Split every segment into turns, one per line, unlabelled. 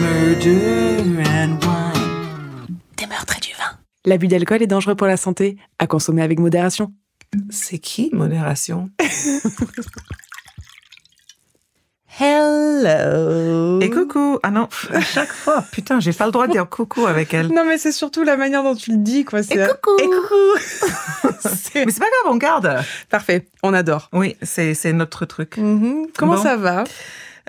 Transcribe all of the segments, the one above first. Murder and wine.
Des meurtres et du vin.
L'abus d'alcool est dangereux pour la santé, à consommer avec modération.
C'est qui, modération?
Hello.
Et coucou! Ah non, à chaque fois, putain, j'ai pas le droit de dire coucou avec elle.
Non, mais c'est surtout la manière dont tu le dis, quoi. euh,
Et coucou.
Et coucou. C'est-
Mais c'est pas grave, on garde.
Parfait, on adore.
Oui, c'est c'est notre truc.
Mhm. Comment
Bon.
ça va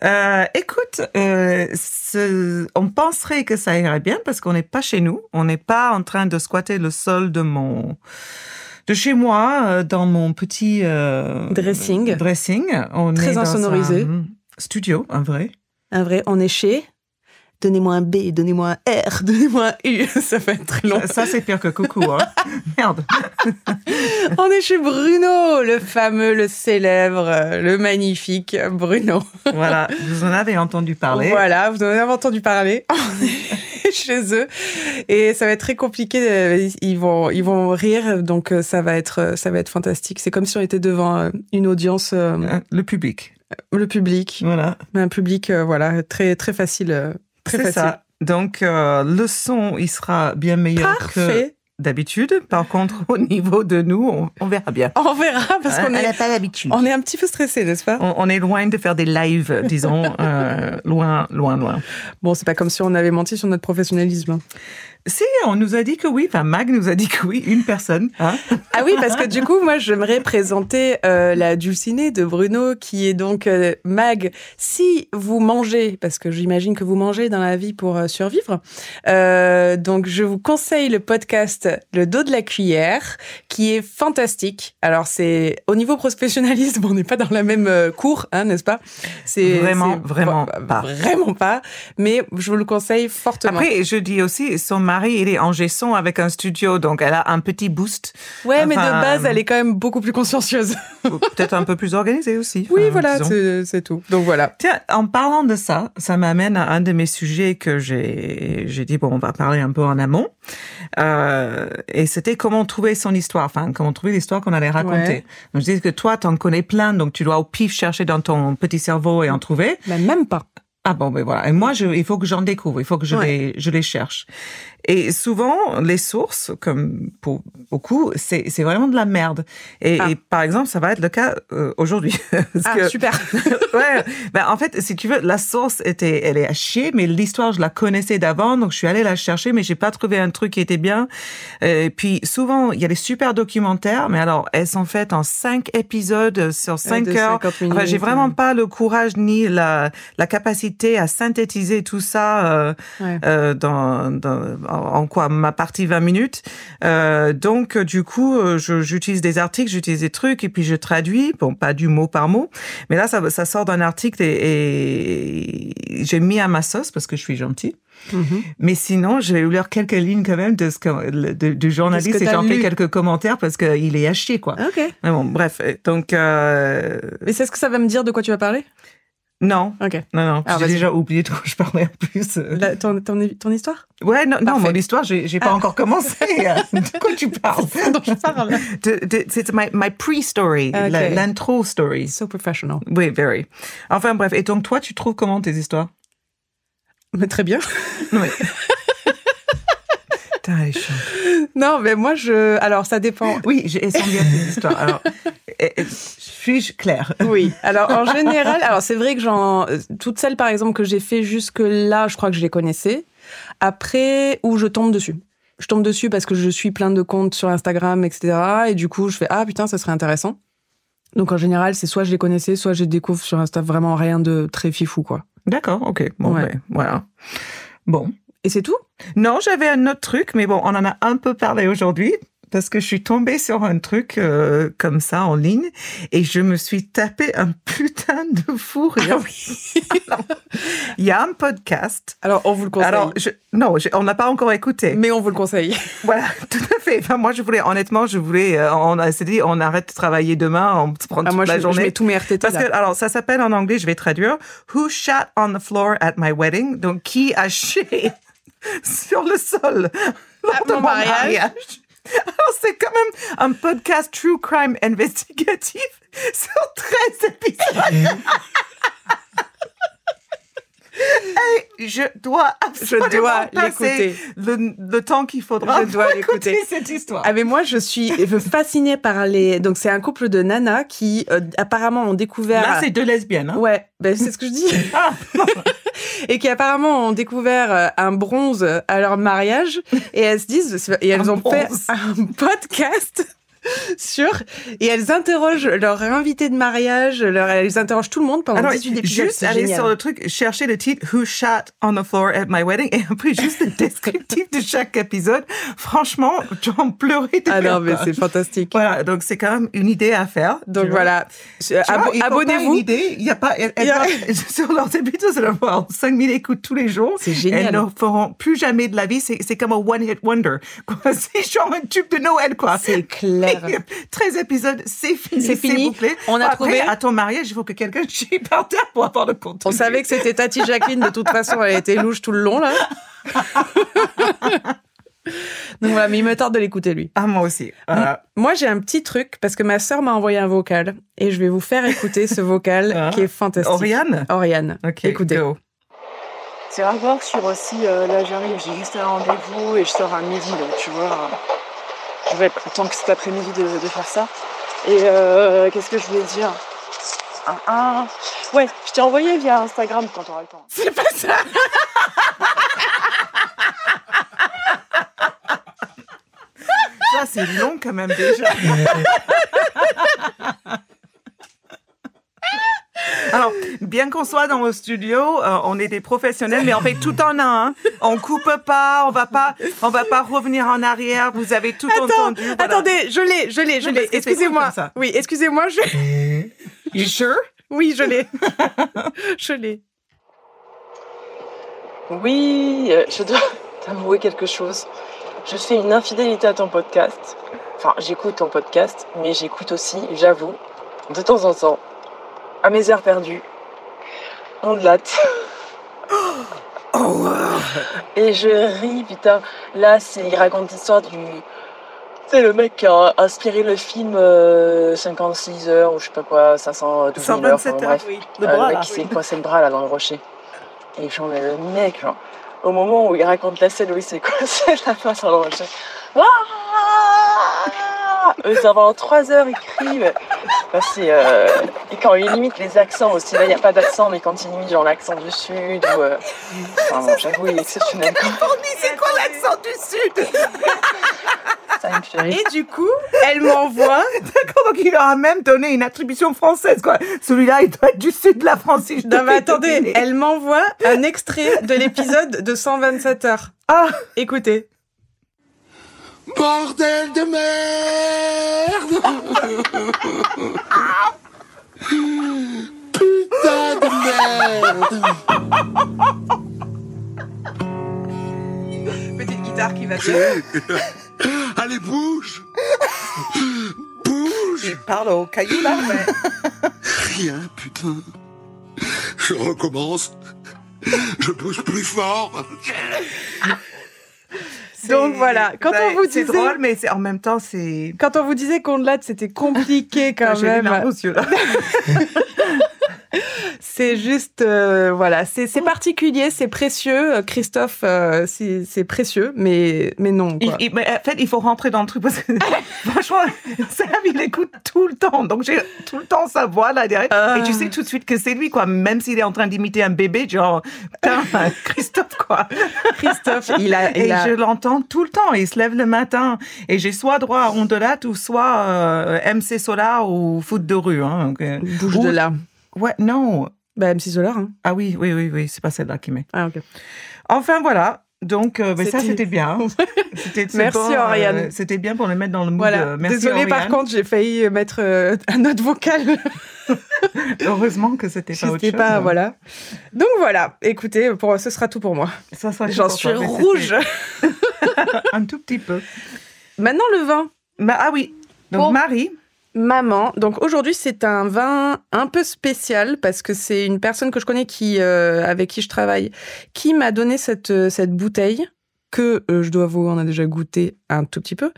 Euh, écoute, euh, ce- on penserait que ça irait bien parce qu'on n'est pas chez nous. On n'est pas en train de squatter le sol de mon de chez moi euh, dans mon petit euh,
Dressing.
Dressing. On
Très
est dans
insonorisé.
un studio, un vrai.
Un vrai, on est chez.
Donnez-moi un B, donnez-moi un R, donnez-moi un U. Ça va être long.
Ça, c'est pire que coucou. Hein. Merde.
On est chez Bruno, le fameux, le célèbre, euh, le magnifique Bruno.
Voilà, vous en avez entendu parler.
Voilà, vous en avez entendu parler. On est chez eux et ça va être très compliqué. euh, Ils vont, ils vont rire, donc euh, ça va être, euh, ça va être fantastique. C'est comme si on était devant euh, une audience, euh,
Euh, Le public.
le public,
Voilà.
un public, euh, voilà, très très facile, euh, très
C'est
facile.
ça. euh, Donc, euh, le son, il sera bien meilleur que
Parfait.
d'habitude. Par contre, au niveau de nous, on, on verra bien. Euh,
On verra parce qu'on est,
pas l'habitude.
on est un petit peu stressé, n'est-ce pas
On, on est loin de faire des lives, disons, euh, loin, loin, loin.
Bon, c'est pas comme si on avait menti sur notre professionnalisme. hein.
Si, on nous a dit que oui, enfin, Mag nous a dit que oui, une personne. hein.
Ah oui, parce que du coup, moi, j'aimerais présenter euh, la dulcinée de Bruno, qui est donc euh, Mag. Si vous mangez, parce que j'imagine que vous mangez dans la vie pour euh, survivre, euh, donc je vous conseille le podcast Le dos de la cuillère, qui est fantastique. Alors, c'est au niveau professionnalisme, on n'est pas dans la même euh, cour, hein, n'est-ce pas C'est
Vraiment,
c'est-
vraiment pas.
Vraiment pas. Mais je vous le conseille fortement.
Après, je dis aussi, son mari, il est en gestion avec un studio, donc elle a un petit boost,
ouais, mais de
enfin,
base, elle est quand même beaucoup plus consciencieuse.
ou peut-être un peu plus organisé aussi.
Oui,
enfin,
voilà,
disons.
c'est c'est tout. Donc voilà.
Tiens, en parlant de ça, ça m'amène à un de mes sujets que j'ai j'ai dit, bon, on va parler un peu en amont. Euh, et c'était comment trouver son histoire, enfin, comment trouver l'histoire qu'on allait raconter.
Ouais.
Donc, je dis que toi, t'en connais plein, donc tu dois au pif chercher dans ton petit cerveau et en trouver.
Bah, même pas.
Ah bon, ben voilà. Et moi, je, il faut que j'en découvre, il faut que je,
Ouais.
les, je les cherche. Et souvent, les sources, comme pour beaucoup, c'est c'est vraiment de la merde. Et,
Ah.
et par exemple, ça va être le cas euh, aujourd'hui. Parce
Ah,
que-
super.
ouais. Ben, en fait, si tu veux, la source était, elle est à chier, mais l'histoire, je la connaissais d'avant, donc je suis allée la chercher, mais j'ai pas trouvé un truc qui était bien. Euh, Et puis, souvent, il y a des super documentaires, mais alors, elles sont faites en cinq épisodes sur cinq
de
heures.
50
Enfin, j'ai
minutes,
vraiment
ouais.
pas le courage ni la, la capacité à synthétiser tout ça, euh,
Ouais.
euh, dans, dans- en quoi ma partie 20 minutes. Euh, donc euh, du coup, euh, je- j'utilise des articles, j'utilise des trucs et puis je traduis, bon pas du mot par mot, mais là ça, ça sort d'un article et, et j'ai mis à ma sauce parce que je suis gentille.
Mm-hmm.
Mais sinon, je vais vous lire quelques lignes quand même de ce que le- de- du journaliste
que
et
t'as
j'en fais
lu.
quelques commentaires parce que il est haché quoi.
Ok.
Mais bon, bref, donc euh,
Mais c'est ce que ça va me dire de quoi tu vas parler
non.
Ok.
Non, non,
Alors,
j'ai
vas-y.
déjà oublié de quoi je parlais en plus.
La- ton, ton, ton histoire
Ouais, non, non
Parfait.
mon histoire, j'ai j'ai pas encore commencé. de quoi tu parles
dont je parle.
De- de- C'est my, my pre-story,
Ok.
la- l'intro story.
So professional.
Oui, very. Enfin bref, et donc toi, tu trouves comment tes histoires
Mais très bien.
Oui. Putain, elle est chiante.
Non, mais moi, je. Alors, ça dépend.
Oui, j'ai elles sont bien tes histoires. Alors, et- et- suis-je claire
Oui. Alors, en général, alors c'est vrai que j'en. euh, Toutes celles, par exemple, que j'ai fait jusque-là, je crois que je les connaissais. Après, où je tombe dessus. Je tombe dessus parce que je suis plein de comptes sur Instagram, etc. Et du coup, je fais Ah putain, ça serait intéressant. Donc, en général, c'est soit je les connaissais, soit je découvre sur Insta vraiment rien de très fifou, quoi.
D'accord, ok. Bon,
Ouais.
ben, voilà. Bon.
Et c'est tout
Non, j'avais un autre truc, mais bon, on en a un peu parlé aujourd'hui parce que je suis tombée sur un truc euh, comme ça en ligne et je me suis tapé un putain de fou rire. Il y a un podcast.
Alors, on vous le conseille.
Alors, je, non, je- on n'a pas encore écouté.
mais on vous le conseille.
Voilà, tout à fait. Enfin, moi, je voulais, honnêtement, je voulais, euh, on a- s'est dit, on arrête de travailler demain, on se prend
Ah,
toute
moi, je,
la
je
journée.
mets tous mes RTT
Parce
là.
que, alors, ça s'appelle en anglais, je vais traduire, Who shat on the floor at my wedding? Donc, qui a chié sur le sol lors de
mon
mon
mariage.
mariage? Alors, c'est quand même un podcast true crime investigatif sur 13 épisodes. Et je dois absolument
Je dois
passer
l'écouter.
le, le temps qu'il faudra
Je dois
pour
l'écouter.
écouter cette histoire.
Ah mais moi je suis fascinée par les donc c'est un couple de nanas qui euh, apparemment ont découvert
Là, c'est deux lesbiennes. Hein.
Ouais, ben, c'est ce que je dis.
Ah.
et qui apparemment ont découvert euh, un bronze à leur mariage et elles se disent c'est- et elles
Un
ont
bronze.
fait un podcast sur et elles interrogent leur invité de mariage, leur, elles interrogent tout le monde pendant
Alors,
18 épisodes.
Ah juste
Ah c'est
aller
génial.
sur le truc, chercher le titre Who Shot on the Floor at My Wedding et après juste le descriptif de chaque épisode. Franchement, j'en pleurais de
Ah non,
rire,
mais
quoi.
c'est fantastique.
Voilà, donc c'est quand même une idée à faire.
Donc
tu vois.
voilà,
Tu vois,
Abo-
il faut pas Une
abonnez-vous.
idée, il y a pas. elles- elles
Il y a-
doivent- sur leur début, ça doit avoir 5000 écoutes tous les jours.
C'est génial.
Elles ne feront plus jamais de la vie. C'est c'est comme un one hit wonder. quoi. C'est genre un tube de Noël, quoi.
C'est clair.
13 épisodes, c'est fini.
C'est fini.
bouclé.
On a
Après,
trouvé.
À ton mariage, il faut que quelqu'un chie par terre pour avoir le compte.
On savait que c'était Tati Jacqueline, de toute façon, elle était louche tout le long, là. Donc voilà, mais il me tarde de l'écouter, lui.
Ah, moi aussi. Voilà.
Moi, j'ai un petit truc, parce que ma sœur m'a envoyé un vocal, et je vais vous faire écouter ce vocal
Ah.
qui est fantastique.
Oriane
Oriane.
Ok,
Écoutez.
go.
C'est rare sur aussi, euh, là j'arrive, j'ai juste un rendez-vous et je sors à midi, donc tu vois, euh, je vais être temps que cet après-midi de, de faire ça. Et euh, qu'est-ce que je voulais dire Ah, ah. Ouais, je t'ai envoyé via Instagram quand t'auras le temps.
C'est pas ça. Ça, c'est long quand même déjà. Alors, bien qu'on soit dans le studio, euh, on est des professionnels, mais on fait tout en un. hein. On coupe pas, on va pas, on va pas revenir en arrière. Vous avez tout entendu. voilà.
Attendez, je l'ai, je l'ai, je
Non,
l'ai.
parce que c'est cool
Excusez-moi.
comme ça.
Oui, excusez-moi, je...
You sure?
Oui, je l'ai. je l'ai.
Oui, euh, je dois t'avouer quelque chose. Je fais une infidélité à ton podcast. Enfin, j'écoute ton podcast, mais j'écoute aussi, j'avoue, de temps en temps, à mes heures perdues, on de latte.
Oh,
Et je ris, putain. Là, c'est, il raconte l'histoire du. C'est le mec qui a inspiré le film euh, 56 heures ou je sais pas quoi, euh, 512 heures. enfin,
127 heures.
bref.
Oui,
Euh, le mec qui s'est coincé le bras là dans le rocher. Et genre, mais le mec, genre, au moment où il raconte la scène où il s'est coincé la main dans le rocher, Ah Euh, ça va en trois heures, il crie. mais- Enfin, c'est, euh, Et quand il limite les accents aussi, là il n'y a pas d'accent, mais quand il limite genre l'accent du sud, ou. euh, Enfin, bon, j'avoue, il est exceptionnel. quoi.
C'est quoi l'accent du sud?
Ça me fait rire.
Et du coup, elle m'envoie...
D'accord, donc il leur a même donné une attribution française, quoi. Celui-là, il doit être du sud de la France. si je
Non
te
mais
fais
attendez,
deviner.
elle m'envoie un extrait de l'épisode de 127 heures.
Ah.
Écoutez.
Bordel de merde Putain de merde
Petite guitare qui va
Allez, bouge Bouge
Il parle au caillou, là, ouais.
Rien, putain. Je recommence. Je bouge plus fort.
Donc voilà, quand
Ouais,
on vous
C'est
disait...
drôle, mais c'est- en même temps, c'est...
Quand on vous disait qu'on latte, c'était compliqué quand
J'ai les larmes
même.
aux yeux, là.
C'est juste, euh, voilà, c'est c'est particulier, c'est précieux. Euh, Christophe, euh, c'est c'est précieux, mais, mais non.
Il-
Quoi.
il- mais en fait, il faut rentrer dans le truc parce que franchement, Sam, il écoute tout le temps. Donc, j'ai tout le temps sa voix là derrière.
Ah.
Et tu sais tout de suite que c'est lui, quoi. Même s'il est en train d'imiter un bébé, genre, putain, Christophe, quoi.
Christophe, il a... il
Et
a-
je l'entends tout le temps. Il se lève le matin. Et j'ai soit droit à Ondelat ou soit euh, MC Solar ou foot de rue. Hein. Donc, euh,
Bouge
ou-
de là.
Ouais, non.
Bah, M6 Solar. Hein.
Ah oui, oui, oui, oui. C'est pas celle-là qui met.
Ah, ok.
Enfin, voilà. Donc, euh, ben, ça,
C'était-
c'était bien. C'était- c'est
Merci,
euh,
Oriane.
c'était bien pour le mettre dans le mood.
Voilà.
euh, Merci,
Désolée, par
Oriane.
contre, j'ai failli mettre euh, un autre vocal.
Heureusement que c'était pas autre
J'étais
chose.
pas, voilà. Donc voilà, écoutez, pour, ce sera tout Ah, pour moi.
Ça, ça, je
J'en
suis
suis
contente, mais
rouge.
c'était Un tout petit peu.
Maintenant le vin.
Ma- ah oui. Donc,
Bon.
Marie,
Maman, donc aujourd'hui c'est un vin un peu spécial parce que c'est une personne que je connais qui euh, avec qui je travaille qui m'a donné cette euh, cette bouteille que euh, je dois avouer on a déjà goûté un tout petit peu.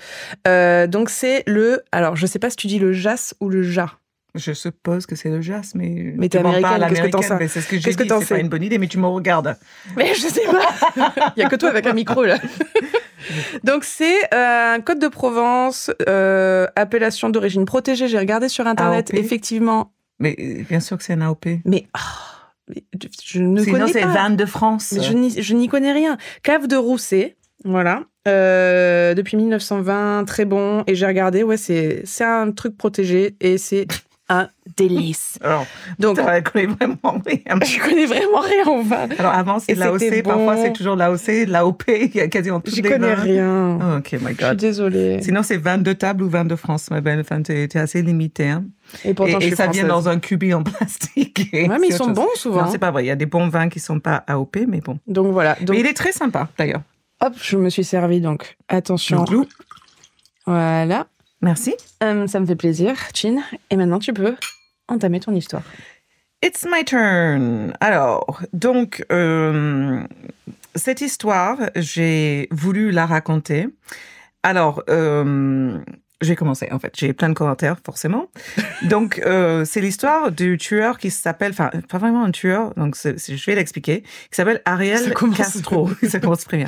Euh, donc c'est le alors je sais pas si tu dis le jas ou le ja.
Je suppose que c'est le jazz, mais.
Mais t'es
demande pas à
américaine, qu'est-ce que t'en
l'américaine,
sais
mais C'est ce que j'ai
Qu'est-ce que
dit,
t'en
c'est pas
sais
une bonne idée, mais tu me regardes.
Mais je sais pas. Il y a que toi avec un micro là. Donc c'est euh, un code de Provence, euh, appellation d'origine protégée. J'ai regardé sur internet.
AOP.
Effectivement,
Mais euh, bien sûr que c'est un AOP.
mais, ah, mais je- je ne
Sinon,
connais
c'est
pas.
Vannes de France.
Mais je n'y- je n'y connais rien. Cave de Rousset, voilà. Euh, depuis 1920, très bon. Et j'ai regardé, ouais, c'est c'est un truc protégé et c'est un délice.
Alors,
Donc,
tu connais vraiment rien.
je connais vraiment rien, on va.
Alors, avant, c'est
Et
de l'AOC,
c'était
parfois,
bon.
c'est toujours de l'AOC, de l'AOP, il y a quasiment tous
J'y
les
connais
noms.
rien.
Oh, ok, my
Je suis
God.
désolée.
Sinon, c'est 22 tables ou 22 France, ma belle. Enfin, t'es t'es assez limitée. Hein.
Et
Et,
pourtant, je
et
suis
ça vient
française.
dans un cubi en plastique. et
Ouais,
c'est
mais ils sont
autre chose.
bons souvent.
Non, c'est pas vrai. Il y a des bons vins qui sont pas AOP, mais bon.
donc voilà. Donc
mais il est très sympa, d'ailleurs.
hop, je me suis servi. Donc attention.
Donc, Lou,
Voilà.
Merci.
Hum, ça me fait plaisir, Chin. Et maintenant, tu peux entamer ton histoire.
It's my turn. Alors, donc, euh, cette histoire, j'ai voulu la raconter. Alors, euh, j'ai commencé, en fait. J'ai plein de commentaires, forcément. Donc, euh, c'est l'histoire du tueur qui s'appelle, enfin, pas vraiment un tueur, donc c'est- c'est- je vais l'expliquer, qui s'appelle
Ça
Ariel
commence-
Castro. ça commence très bien.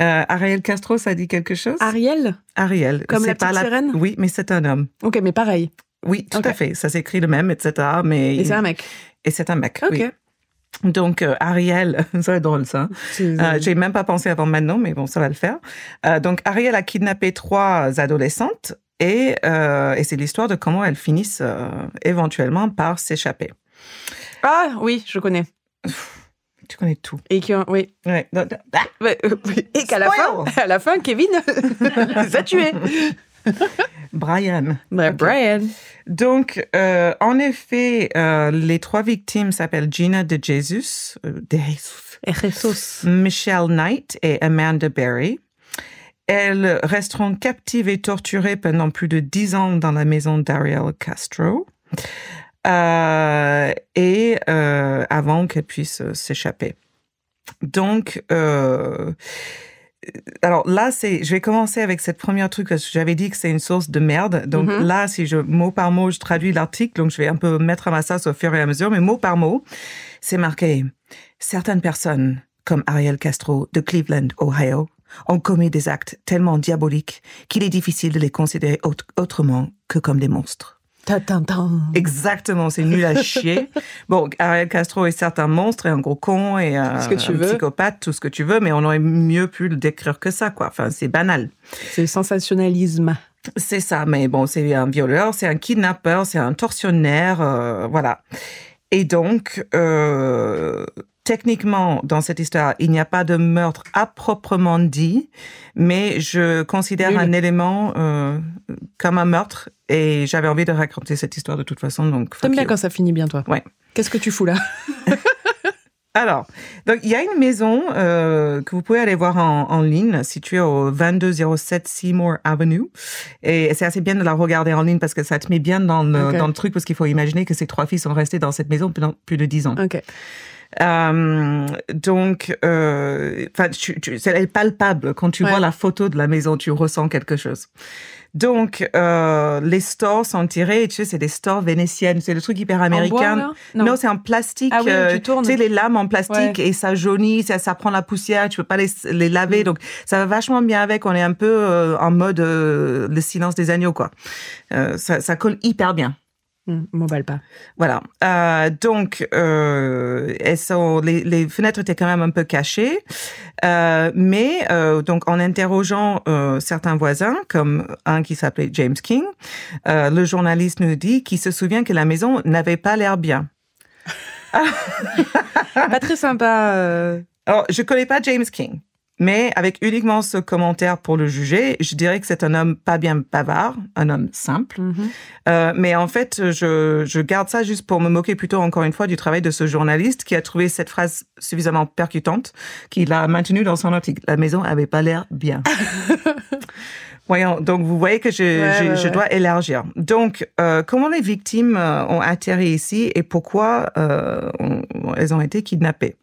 Euh, Ariel Castro, ça dit quelque chose
Ariel.
Ariel.
comme la
c'est pas
petite sirène
Oui, mais c'est un homme.
Ok, mais pareil.
Oui, tout
Ok.
à fait. Ça s'écrit le même, etc. Mais
Et c'est un mec.
et c'est un mec.
Ok.
oui. Donc euh, Ariel, ça c'est drôle ça.
C'est-
Euh, J'ai même pas pensé avant maintenant, mais bon, ça va le faire. Euh, donc Ariel a kidnappé trois adolescentes et, euh, et c'est l'histoire de comment elles finissent euh, éventuellement par s'échapper.
Ah oui, je connais.
Tu connais tout.
Et qui, oui.
Ouais. Non, non, ah,
Ouais, euh, oui. Et qu'à la fin,
Spoil
à la fin, Kevin les a tués.
Brian.
Bah,
Ok.
Brian.
Donc, euh, en effet, euh, les trois victimes s'appellent Gina de Jesus, euh, de Jesus,
Et Jesus.
Michelle Knight et Amanda Berry. Elles resteront captives et torturées pendant plus de dix ans dans la maison d'Ariel Castro. Euh, et euh, avant qu'elles puissent euh, s'échapper. Donc, euh, alors là, c'est, je vais commencer avec cette première truc parce que j'avais dit que c'est une source de merde. Donc
Mhm.
là, si je mot par mot, je traduis l'article, donc je vais un peu mettre à ma sauce au fur et à mesure, mais mot par mot, c'est marqué certaines personnes, comme Ariel Castro de Cleveland, Ohio, ont commis des actes tellement diaboliques qu'il est difficile de les considérer autre- autrement que comme des monstres.
Ta ta ta.
Exactement, c'est nul à chier. Bon, Ariel Castro est certes un monstre et un gros con et un,
Ce que tu
un
veux.
psychopathe, tout ce que tu veux, mais on aurait mieux pu le décrire que ça, quoi. Enfin, c'est banal.
C'est le sensationnalisme.
C'est ça, mais bon, c'est un violeur, c'est un kidnappeur, c'est un tortionnaire, euh, voilà. Et donc, euh, techniquement, dans cette histoire, il n'y a pas de meurtre à proprement dit, mais je considère
Nul.
un élément euh, comme un meurtre. Et j'avais envie de raconter cette histoire de toute façon, donc. fuck
T'aimes bien
you.
quand ça finit bien, toi.
Ouais.
Qu'est-ce que tu fous là
Alors, donc il y a une maison euh, que vous pouvez aller voir en, en ligne, située au 2207 Seymour Avenue, et c'est assez bien de la regarder en ligne parce que ça te met bien dans le,
Ok.
dans le truc parce qu'il faut imaginer que ces trois filles sont restées dans cette maison pendant plus de dix ans.
Ok.
Euh, donc, euh, enfin, tu, tu, c'est elle est palpable. Quand tu
Ouais.
vois la photo de la maison, tu ressens quelque chose. Donc, euh, les stores sont tirés. Et tu sais, c'est des stores vénitiennes. C'est le truc hyper américain.
En bois, là
Non,
non.
c'est en plastique.
Ah oui,
euh,
tu tournes.
sais, les lames en plastique
Ouais. Mm.
et ça jaunit, ça, ça prend la poussière, tu peux pas les, les laver. Donc, ça va vachement bien avec. On est un peu euh, en mode euh, le silence des agneaux, quoi. Euh, ça, ça colle hyper bien.
Hum, m'emballe pas.
Voilà. Euh, donc, euh, elles sont, les, les fenêtres étaient quand même un peu cachées, euh, mais euh, donc en interrogeant euh, certains voisins, comme un qui s'appelait James King, euh, le journaliste nous dit qu'il se souvient que la maison n'avait pas l'air bien. Ah.
Pas très sympa. euh.
Alors, je connais pas James King, mais avec uniquement ce commentaire pour le juger, je dirais que c'est un homme pas bien bavard, un homme simple.
Mhm.
Euh, mais en fait, je, je garde ça juste pour me moquer plutôt encore une fois du travail de ce journaliste qui a trouvé cette phrase suffisamment percutante qu'il a maintenue dans son article. La maison avait pas l'air bien. Voyons, donc vous voyez que je,
Ouais,
je,
ouais,
je
ouais.
dois élargir. Donc, euh, comment les victimes euh, ont atterri ici et pourquoi euh, on- elles ont été kidnappées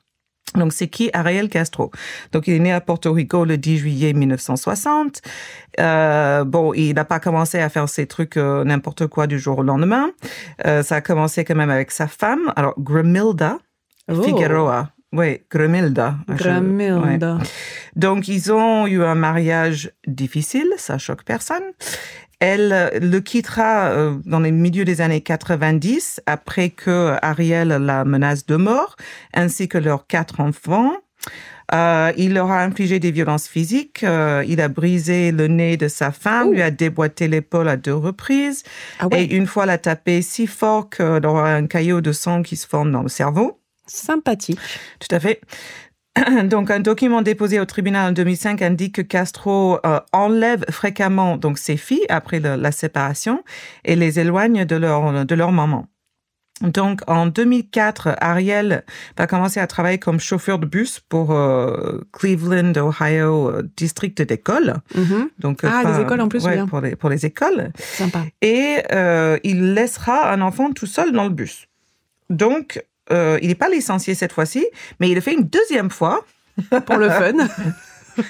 Donc, c'est qui Ariel Castro Donc, il est né à Porto Rico le 10 juillet 1960. Euh, bon, il n'a pas commencé à faire ses trucs euh, n'importe quoi du jour au lendemain. Euh, ça a commencé quand même avec sa femme, alors Gramilda
Oh.
Figueroa. Oui, Gramilda. Ah, Je- ouais.
Gramilda.
Donc, ils ont eu un mariage difficile, ça choque personne. Elle euh, le quittera euh, dans les milieux des années 90 après que Ariel la menace de mort, ainsi que leurs quatre enfants. Euh, il leur a infligé des violences physiques. euh, il a brisé le nez de sa femme,
Ouh.
lui a déboîté l'épaule à deux reprises.
Ah ouais,
Et une fois l'a tapé si fort qu'il aura un caillot de sang qui se forme dans le cerveau.
sympathique.
Tout à fait. Donc, un document déposé au tribunal en 2005 indique que Castro euh, enlève fréquemment donc ses filles après le- la séparation et les éloigne de leur de leur maman. Donc, en 2004, Ariel va commencer à travailler comme chauffeur de bus pour euh, Cleveland, Ohio, euh, district d'école.
Mhm,
Donc, euh,
Ah, des écoles en plus,
ouais,
bien.
pour les pour les écoles
Sympa.
et euh, il laissera un enfant tout seul dans le bus. Donc, euh, il n'est pas licencié cette fois-ci, mais il le fait une deuxième fois.
Pour le fun.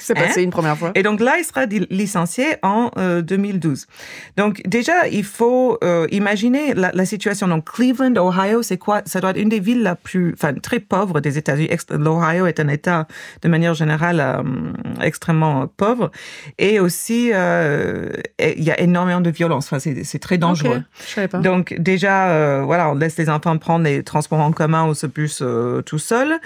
C'est
Hein
passé une première fois.
Et donc là, il sera di- licencié en euh, 2012. Donc déjà, il faut euh, imaginer la, la situation. Donc Cleveland, Ohio, c'est quoi Ça doit être une des villes la plus, enfin très pauvre des États-Unis. Ex- L'Ohio est un État de manière générale euh, extrêmement euh, pauvre, et aussi euh, et il y a énormément de violence. Enfin, c'est c'est très dangereux.
Ok, Je savais pas.
Donc déjà, euh, voilà, on laisse les enfants prendre les transports en commun ou ce bus euh, tout seul.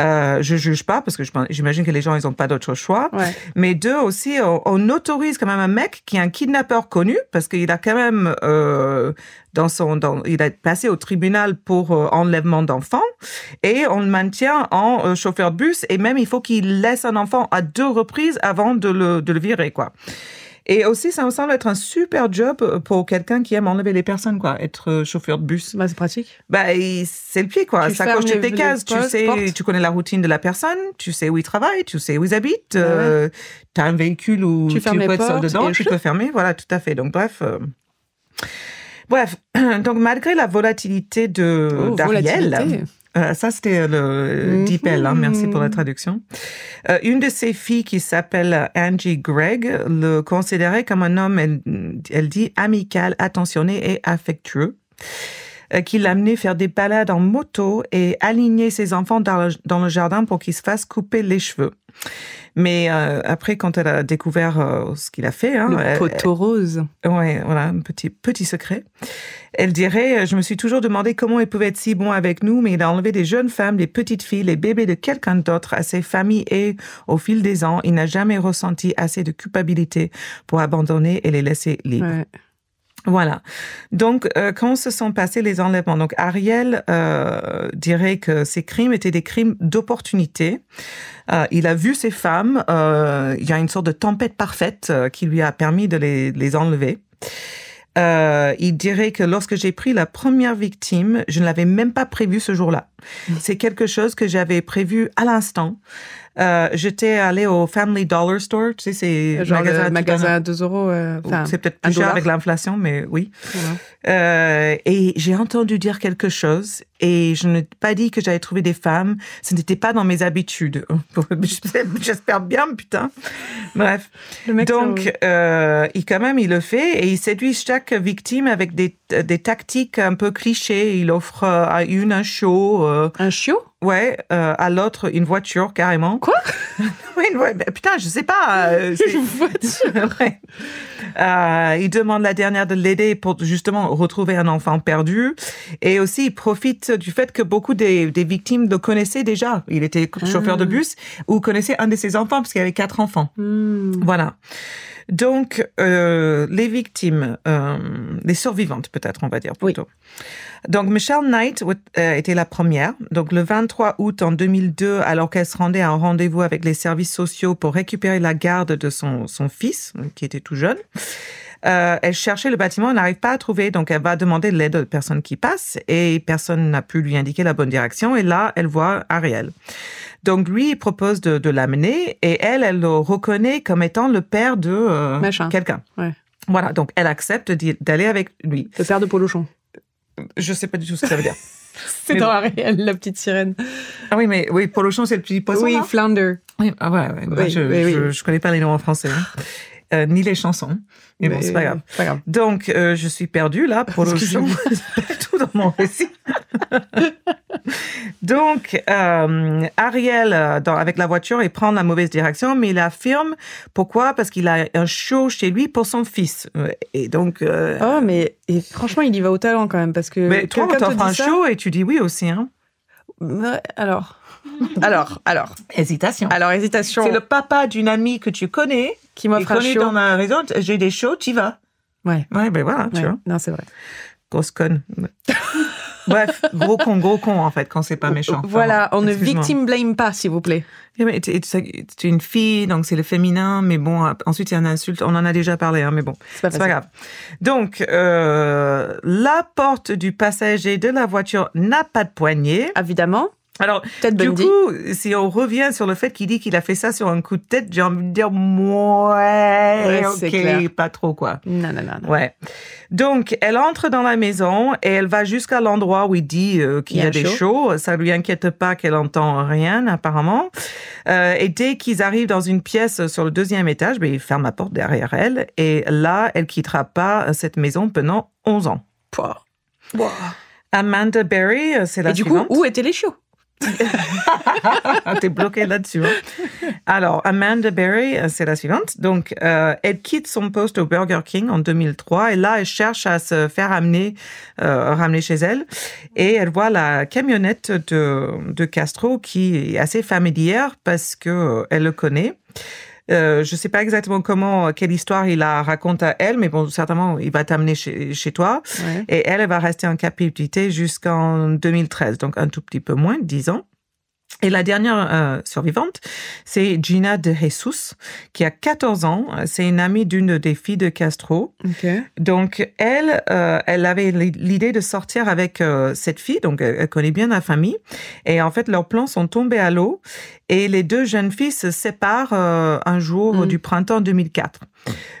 Euh, je juge pas parce que je pense- j'imagine que les gens ils n'ont pas d'autre choix.
Ouais.
Mais deux aussi, on, on autorise quand même un mec qui est un kidnappeur connu parce qu'il a quand même euh, dans son, dans, il a passé au tribunal pour euh, enlèvement d'enfants et on le maintient en euh, chauffeur de bus et même il faut qu'il laisse un enfant à deux reprises avant de le, de le virer quoi. Et aussi, ça me semble être un super job euh, pour quelqu'un qui aime enlever les personnes, quoi. Être euh, chauffeur de bus.
Bah, c'est pratique.
Bah, il- c'est le pied, quoi.
Tu
ça
fermes
coche toutes tes
les-
cases.
les
Tu sais,
portes.
tu connais la routine de la personne, tu sais où il travaille, tu sais où ils habitent. euh, T'as un véhicule où
Tu
tu,
fermes les
peux être seul
portes
dedans,
et
tu peux fermer. Voilà, tout à fait. Donc, bref. euh, Bref, donc malgré la volatilité de
Oh,
d'Ariel,
volatilité.
euh, ça, c'était le
Mhm.
DeepL, hein, merci pour la traduction. Euh, une de ses filles, qui s'appelle Angie Gregg, le considérait comme un homme, elle, elle dit, amical, attentionné et affectueux, euh, qui l'amenait faire des balades en moto et aligner ses enfants dans le, dans le jardin pour qu'ils se fassent couper les cheveux. Mais euh, après, quand elle a découvert euh, ce qu'il a fait, hein,
Le
elle-
poteau rose.
Ouais, voilà, un petit, petit secret. Elle dirait, euh, je me suis toujours demandé comment il pouvait être si bon avec nous, mais il a enlevé des jeunes femmes, des petites filles, les bébés de quelqu'un d'autre à ses familles et, au fil des ans, il n'a jamais ressenti assez de culpabilité pour abandonner et les laisser libres.
Ouais.
Voilà. Donc, euh, quand se sont passés les enlèvements, donc Ariel euh, dirait que ces crimes étaient des crimes d'opportunité. Euh, il a vu ces femmes. euh, il y a une sorte de tempête parfaite euh, qui lui a permis de les, les enlever. Euh, il dirait que lorsque j'ai pris la première victime, je ne l'avais même pas prévu ce jour-là. C'est quelque chose que j'avais prévu à l'instant. Euh, J'étais allée au Family Dollar Store, tu sais, c'est
Genre
magasin à
le
tout
magasin
bonheur.
à 2 euros. euh, Enfin,
C'est peut-être
un
plus cher
dollar.
avec l'inflation, mais oui.
voilà.
Euh, et j'ai entendu dire quelque chose et je n'ai pas dit que j'avais trouvé des femmes. Ce n'était pas dans mes habitudes. J'espère bien, putain. Bref.
Le mec,
Donc,
ça-
euh, il quand même, il le fait et il séduit chaque victime avec des, des tactiques un peu clichés. Il offre euh, à une un show, euh,
un chiot
ouais, euh, à l'autre une voiture carrément.
Quoi
Oui, une voie- ben, putain, je sais pas. euh, c'est- Ouais. Euh, il demande la dernière de l'aider pour justement retrouver un enfant perdu. Et aussi, il profite du fait que beaucoup des, des victimes le connaissaient déjà. Il était chauffeur de bus ou connaissait un de ses enfants parce qu'il avait quatre enfants.
Hmm.
Voilà. Donc, euh, les victimes, euh, les survivantes peut-être, on va dire
Oui.
plutôt. Donc, Michelle Knight euh, était la première. Donc, le 23 août en 2002, alors qu'elle se rendait à un rendez-vous avec les services sociaux pour récupérer la garde de son, son fils, qui était tout jeune, euh, elle cherchait le bâtiment, elle n'arrive pas à trouver, donc elle va demander de l'aide aux personnes qui passent et personne n'a pu lui indiquer la bonne direction. Et là, elle voit Ariel. Donc, lui, il propose de, de l'amener et elle, elle le reconnaît comme étant le père de euh,
Machin.
quelqu'un.
Ouais.
Voilà, donc elle accepte d'y- d'aller avec lui.
Le père de Polochon.
Je sais pas du tout ce que ça veut dire.
C'est dans la réelle, la petite sirène.
Ah oui, mais oui, Polochon, c'est le petit poisson.
oui,
là
Flounder.
Oui, ah ouais, ouais, bah,
Oui,
je,
oui, oui.
je, je connais pas les noms en français, hein. Euh, ni les chansons. Mais bon, c'est pas grave.
Pas grave.
Donc, euh, je suis perdue là pour le
Excusez-moi.
tout dans mon récit. Donc, euh, Ariel, euh, dans- avec la voiture, il prend la mauvaise direction, mais il affirme pourquoi Parce qu'il a un show chez lui pour son fils. Euh, Et donc, euh,
Oh, mais et franchement, il y va au talent quand même parce que.
mais toi, on
quelqu'un te
t'offre
dit
un
ça-
show et tu dis oui aussi. Hein.
Ouais, Alors. Alors, alors,
Hésitation.
alors, hésitation.
C'est le papa d'une amie que tu connais,
qui
qui
m'offre un
connaît
show.
dans la raison, j'ai des shows, tu vas.
Ouais.
Ouais, ben voilà, tu
Ouais.
vois.
Non, c'est vrai.
Grosse conne. Bref, gros con, gros con, en fait, quand c'est pas méchant.
Voilà, on ne
Excuse-moi.
victime blame pas, s'il vous plaît.
Eh ben, t'es- t'es t'es une fille, donc c'est le féminin, mais bon, euh, ensuite, il y a une insulte. On en a déjà parlé, hein, mais bon,
C'est pas,
c'est pas
facile.
grave. Donc, euh, la porte du passager de la voiture n'a pas de poignée.
Évidemment.
Alors,
Ted
du
Bundy.
coup, si on revient sur le fait qu'il dit qu'il a fait ça sur un coup de tête, j'ai envie de dire, ouais,
Ouais, c'est clair.
ok, pas trop, quoi.
Non, non, non. non.
Ouais. Donc, elle entre dans la maison et elle va jusqu'à l'endroit où il dit euh, qu'il y,
Il
a des shows. Ça lui inquiète pas qu'elle entend rien, apparemment. Euh, et dès qu'ils arrivent dans une pièce sur le deuxième étage, ben, ils ferment la porte derrière elle. Et là, elle quittera pas euh, cette maison pendant 11 ans.
Pouah.
Amanda Berry, euh, c'est la
Et du coup,
suivante.
où étaient les chiots
Ah, T'es bloqué là-dessus. hein. Alors, Amanda Berry, euh, c'est la suivante. Donc, euh, elle quitte son poste au Burger King en 2003 et là, elle cherche à se faire amener, euh, ramener chez elle. Et elle voit la camionnette de, de Castro qui est assez familière parce que euh, elle le connaît. Euh, je sais pas exactement comment, quelle histoire il la raconte à elle, mais bon, certainement, il va t'amener chez, chez toi.
Ouais.
Et elle, elle va rester en captivité jusqu'en 2013, donc un tout petit peu moins, 10 ans. Et la dernière euh, survivante, c'est Gina de Jesus, qui a 14 ans. C'est une amie d'une des filles de Castro.
Ok.
Donc, elle, euh, elle avait l'i- l'idée de sortir avec euh, cette fille, donc elle, elle connaît bien la famille. Et en fait, leurs plans sont tombés à l'eau. Et les deux jeunes filles se séparent euh, un jour
Mhm.
du printemps 2004.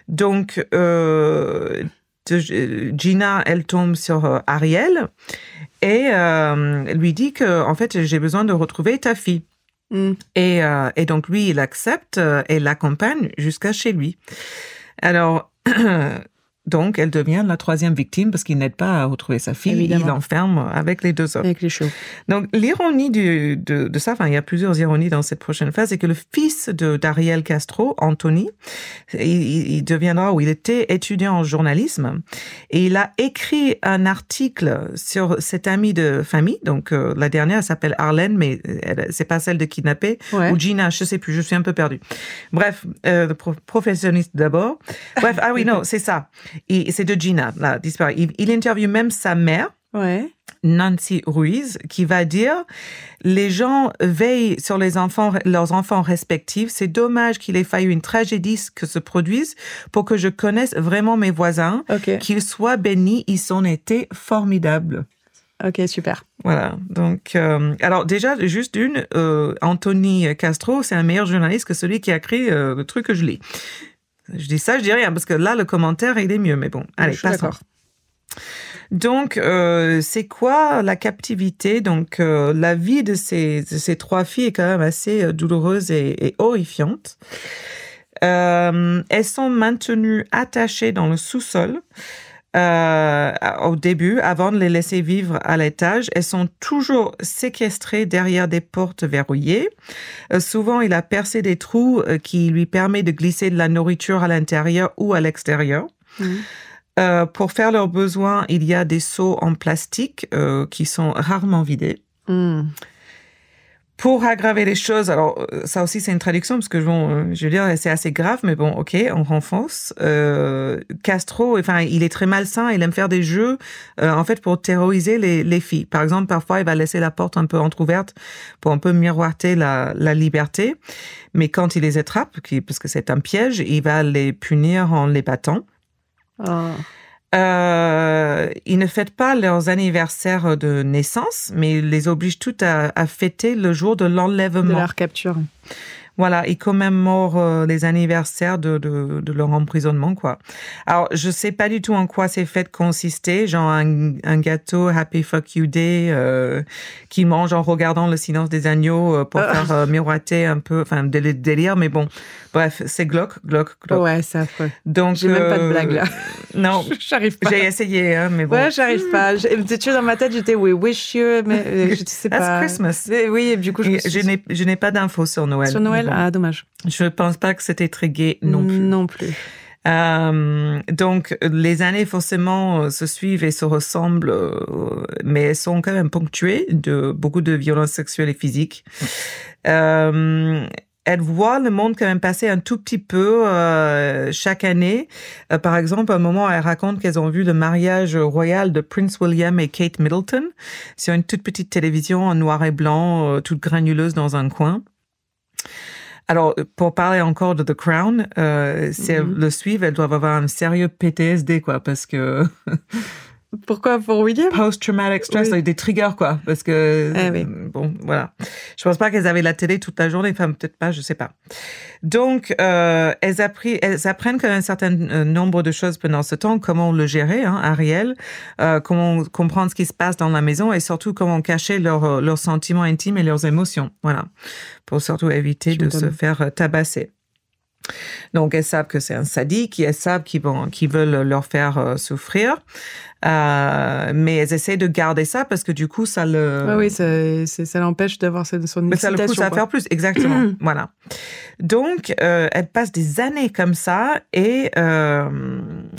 Donc, euh, de- Gina, elle tombe sur euh, Ariel et euh, lui dit que, en fait, j'ai besoin de retrouver ta fille.
Hmm.
Et, euh, et donc lui, il accepte euh, et l'accompagne jusqu'à chez lui. Alors, donc elle devient la troisième victime parce qu'il n'aide pas à retrouver sa fille.
Évidemment.
Il l'enferme avec les deux autres.
Avec les chiots.
Donc l'ironie du- de, de ça, enfin il y a plusieurs ironies dans cette prochaine phase, c'est que le fils de d'Ariel Castro, Anthony, il- il, il deviendra ou il était étudiant en journalisme et il a écrit un article sur cette amie de famille. Donc euh, la dernière elle s'appelle Arlène, mais euh, elle- c'est pas celle de kidnappée
Ouais.
ou Gina, je sais plus, je suis un peu perdue. Bref, euh, le pro- professionniste d'abord. Bref, ah oui, non, c'est ça. Et c'est de Gina, là, disparu. Il, il interviewe même sa mère,
Ouais.
Nancy Ruiz, qui va dire les gens veillent sur les enfants, leurs enfants respectifs. C'est dommage qu'il ait fallu une tragédie que se produise pour que je connaisse vraiment mes voisins.
Ok.
Qu'ils soient bénis, ils ont été formidables.
Ok, super.
Voilà. Donc, euh, alors déjà, juste une, euh, Anthony Castro, c'est un meilleur journaliste que celui qui a créé euh, le truc que je lis. Je dis ça, je dis rien, parce que là, le commentaire, il est mieux. Mais bon, allez,
je suis
passons.
d'accord.
Donc, euh, c'est quoi la captivité Donc, euh, la vie de ces, de ces trois filles est quand même assez euh, douloureuse et, et horrifiante. Euh, elles sont maintenues attachées dans le sous-sol. euh, au début, avant de les laisser vivre à l'étage, elles sont toujours séquestrées derrière des portes verrouillées. Euh, souvent, il a percé des trous euh, qui lui permet de glisser de la nourriture à l'intérieur ou à l'extérieur.
Mhm.
Euh, pour faire leurs besoins, il y a des seaux en plastique euh, qui sont rarement vidés.
Hmm.
Pour aggraver les choses, alors euh, ça aussi c'est une traduction parce que bon, euh, je veux dire c'est assez grave, mais bon, ok, on renforce. Euh, Castro, enfin, il est très malsain, il aime faire des jeux euh, en fait pour terroriser les, les filles. Par exemple, parfois il va laisser la porte un peu entrouverte pour un peu miroiter la, la liberté, mais quand il les attrape, qui- parce que c'est un piège, il va les punir en les battant.
Oh.
Euh, ils ne fêtent pas leurs anniversaires de naissance, mais ils les obligent toutes à, à fêter le jour de
De
l'enlèvement.
la recapture.
Voilà, ils commémorent euh, les anniversaires de, de, de leur emprisonnement, quoi. Alors, je sais pas du tout en quoi ces fêtes consistaient, genre un, un gâteau Happy Fuck You Day euh, qui mange en regardant le silence des agneaux euh, pour
Ah.
faire euh, miroiter un peu, enfin, dé- délire, mais bon, bref, c'est glauque, glauque, glauque.
Ouais, c'est affreux.
Donc,
J'ai même pas de
euh,
blague là.
Non,
J'arrive pas.
j'ai essayé, hein, mais bon.
Ouais, j'arrive pas. J'ai- Tu vois, dans ma tête, j'étais oui, wish you, mais euh, je sais
That's
pas.
Christmas.
Mais Oui, et du coup, je, me
Et
suis
Je
dit-
n'ai- je n'ai pas d'infos sur Noël.
sur Noël.
mais bon.
Ah, Mm. dommage.
Je pense pas que c'était très gai non plus.
Non plus.
Euh, donc, les années forcément euh, se suivent et se ressemblent, euh, mais elles sont quand même ponctuées de beaucoup de violences sexuelles et physiques. Euh, elle voit le monde quand même passer un tout petit peu euh, chaque année. Euh, par exemple, à un moment, elle raconte qu'elles ont vu le mariage royal de Prince William et Kate Middleton sur une toute petite télévision en noir et blanc, euh, toute granuleuse dans un coin. Alors, pour parler encore de The Crown, euh, si elles
Mhm.
le suivent, elles doivent avoir un sérieux PTSD, quoi, parce que
Pourquoi pour William
post-traumatic stress,
Oui.
avec des triggers, quoi, parce que
Ah oui.
euh, bon, voilà. Je pense pas qu'elles avaient la télé toute la journée, enfin peut-être pas, je sais pas. Donc, euh, elles, appri- elles apprennent quand même un certain euh, nombre de choses pendant ce temps, comment le gérer, hein, Ariel, euh, comment comprendre ce qui se passe dans la maison et surtout comment cacher leurs euh, leurs sentiments intimes et leurs émotions, voilà, pour surtout éviter
Tu
de se
m'étonnes.
faire euh, tabasser. Donc, elles savent que c'est un sadique, elles savent qu'ils vont- qu'ils veulent leur faire euh, souffrir. Euh, mais elles essaient de garder ça parce que du coup, ça le.
Ouais, Oui, ça, c'est- ça l'empêche d'avoir son, son
Euh. Mais ça le pousse
excitation,
à
quoi.
faire plus, exactement. voilà. Donc, euh, elle passe des années comme ça et euh,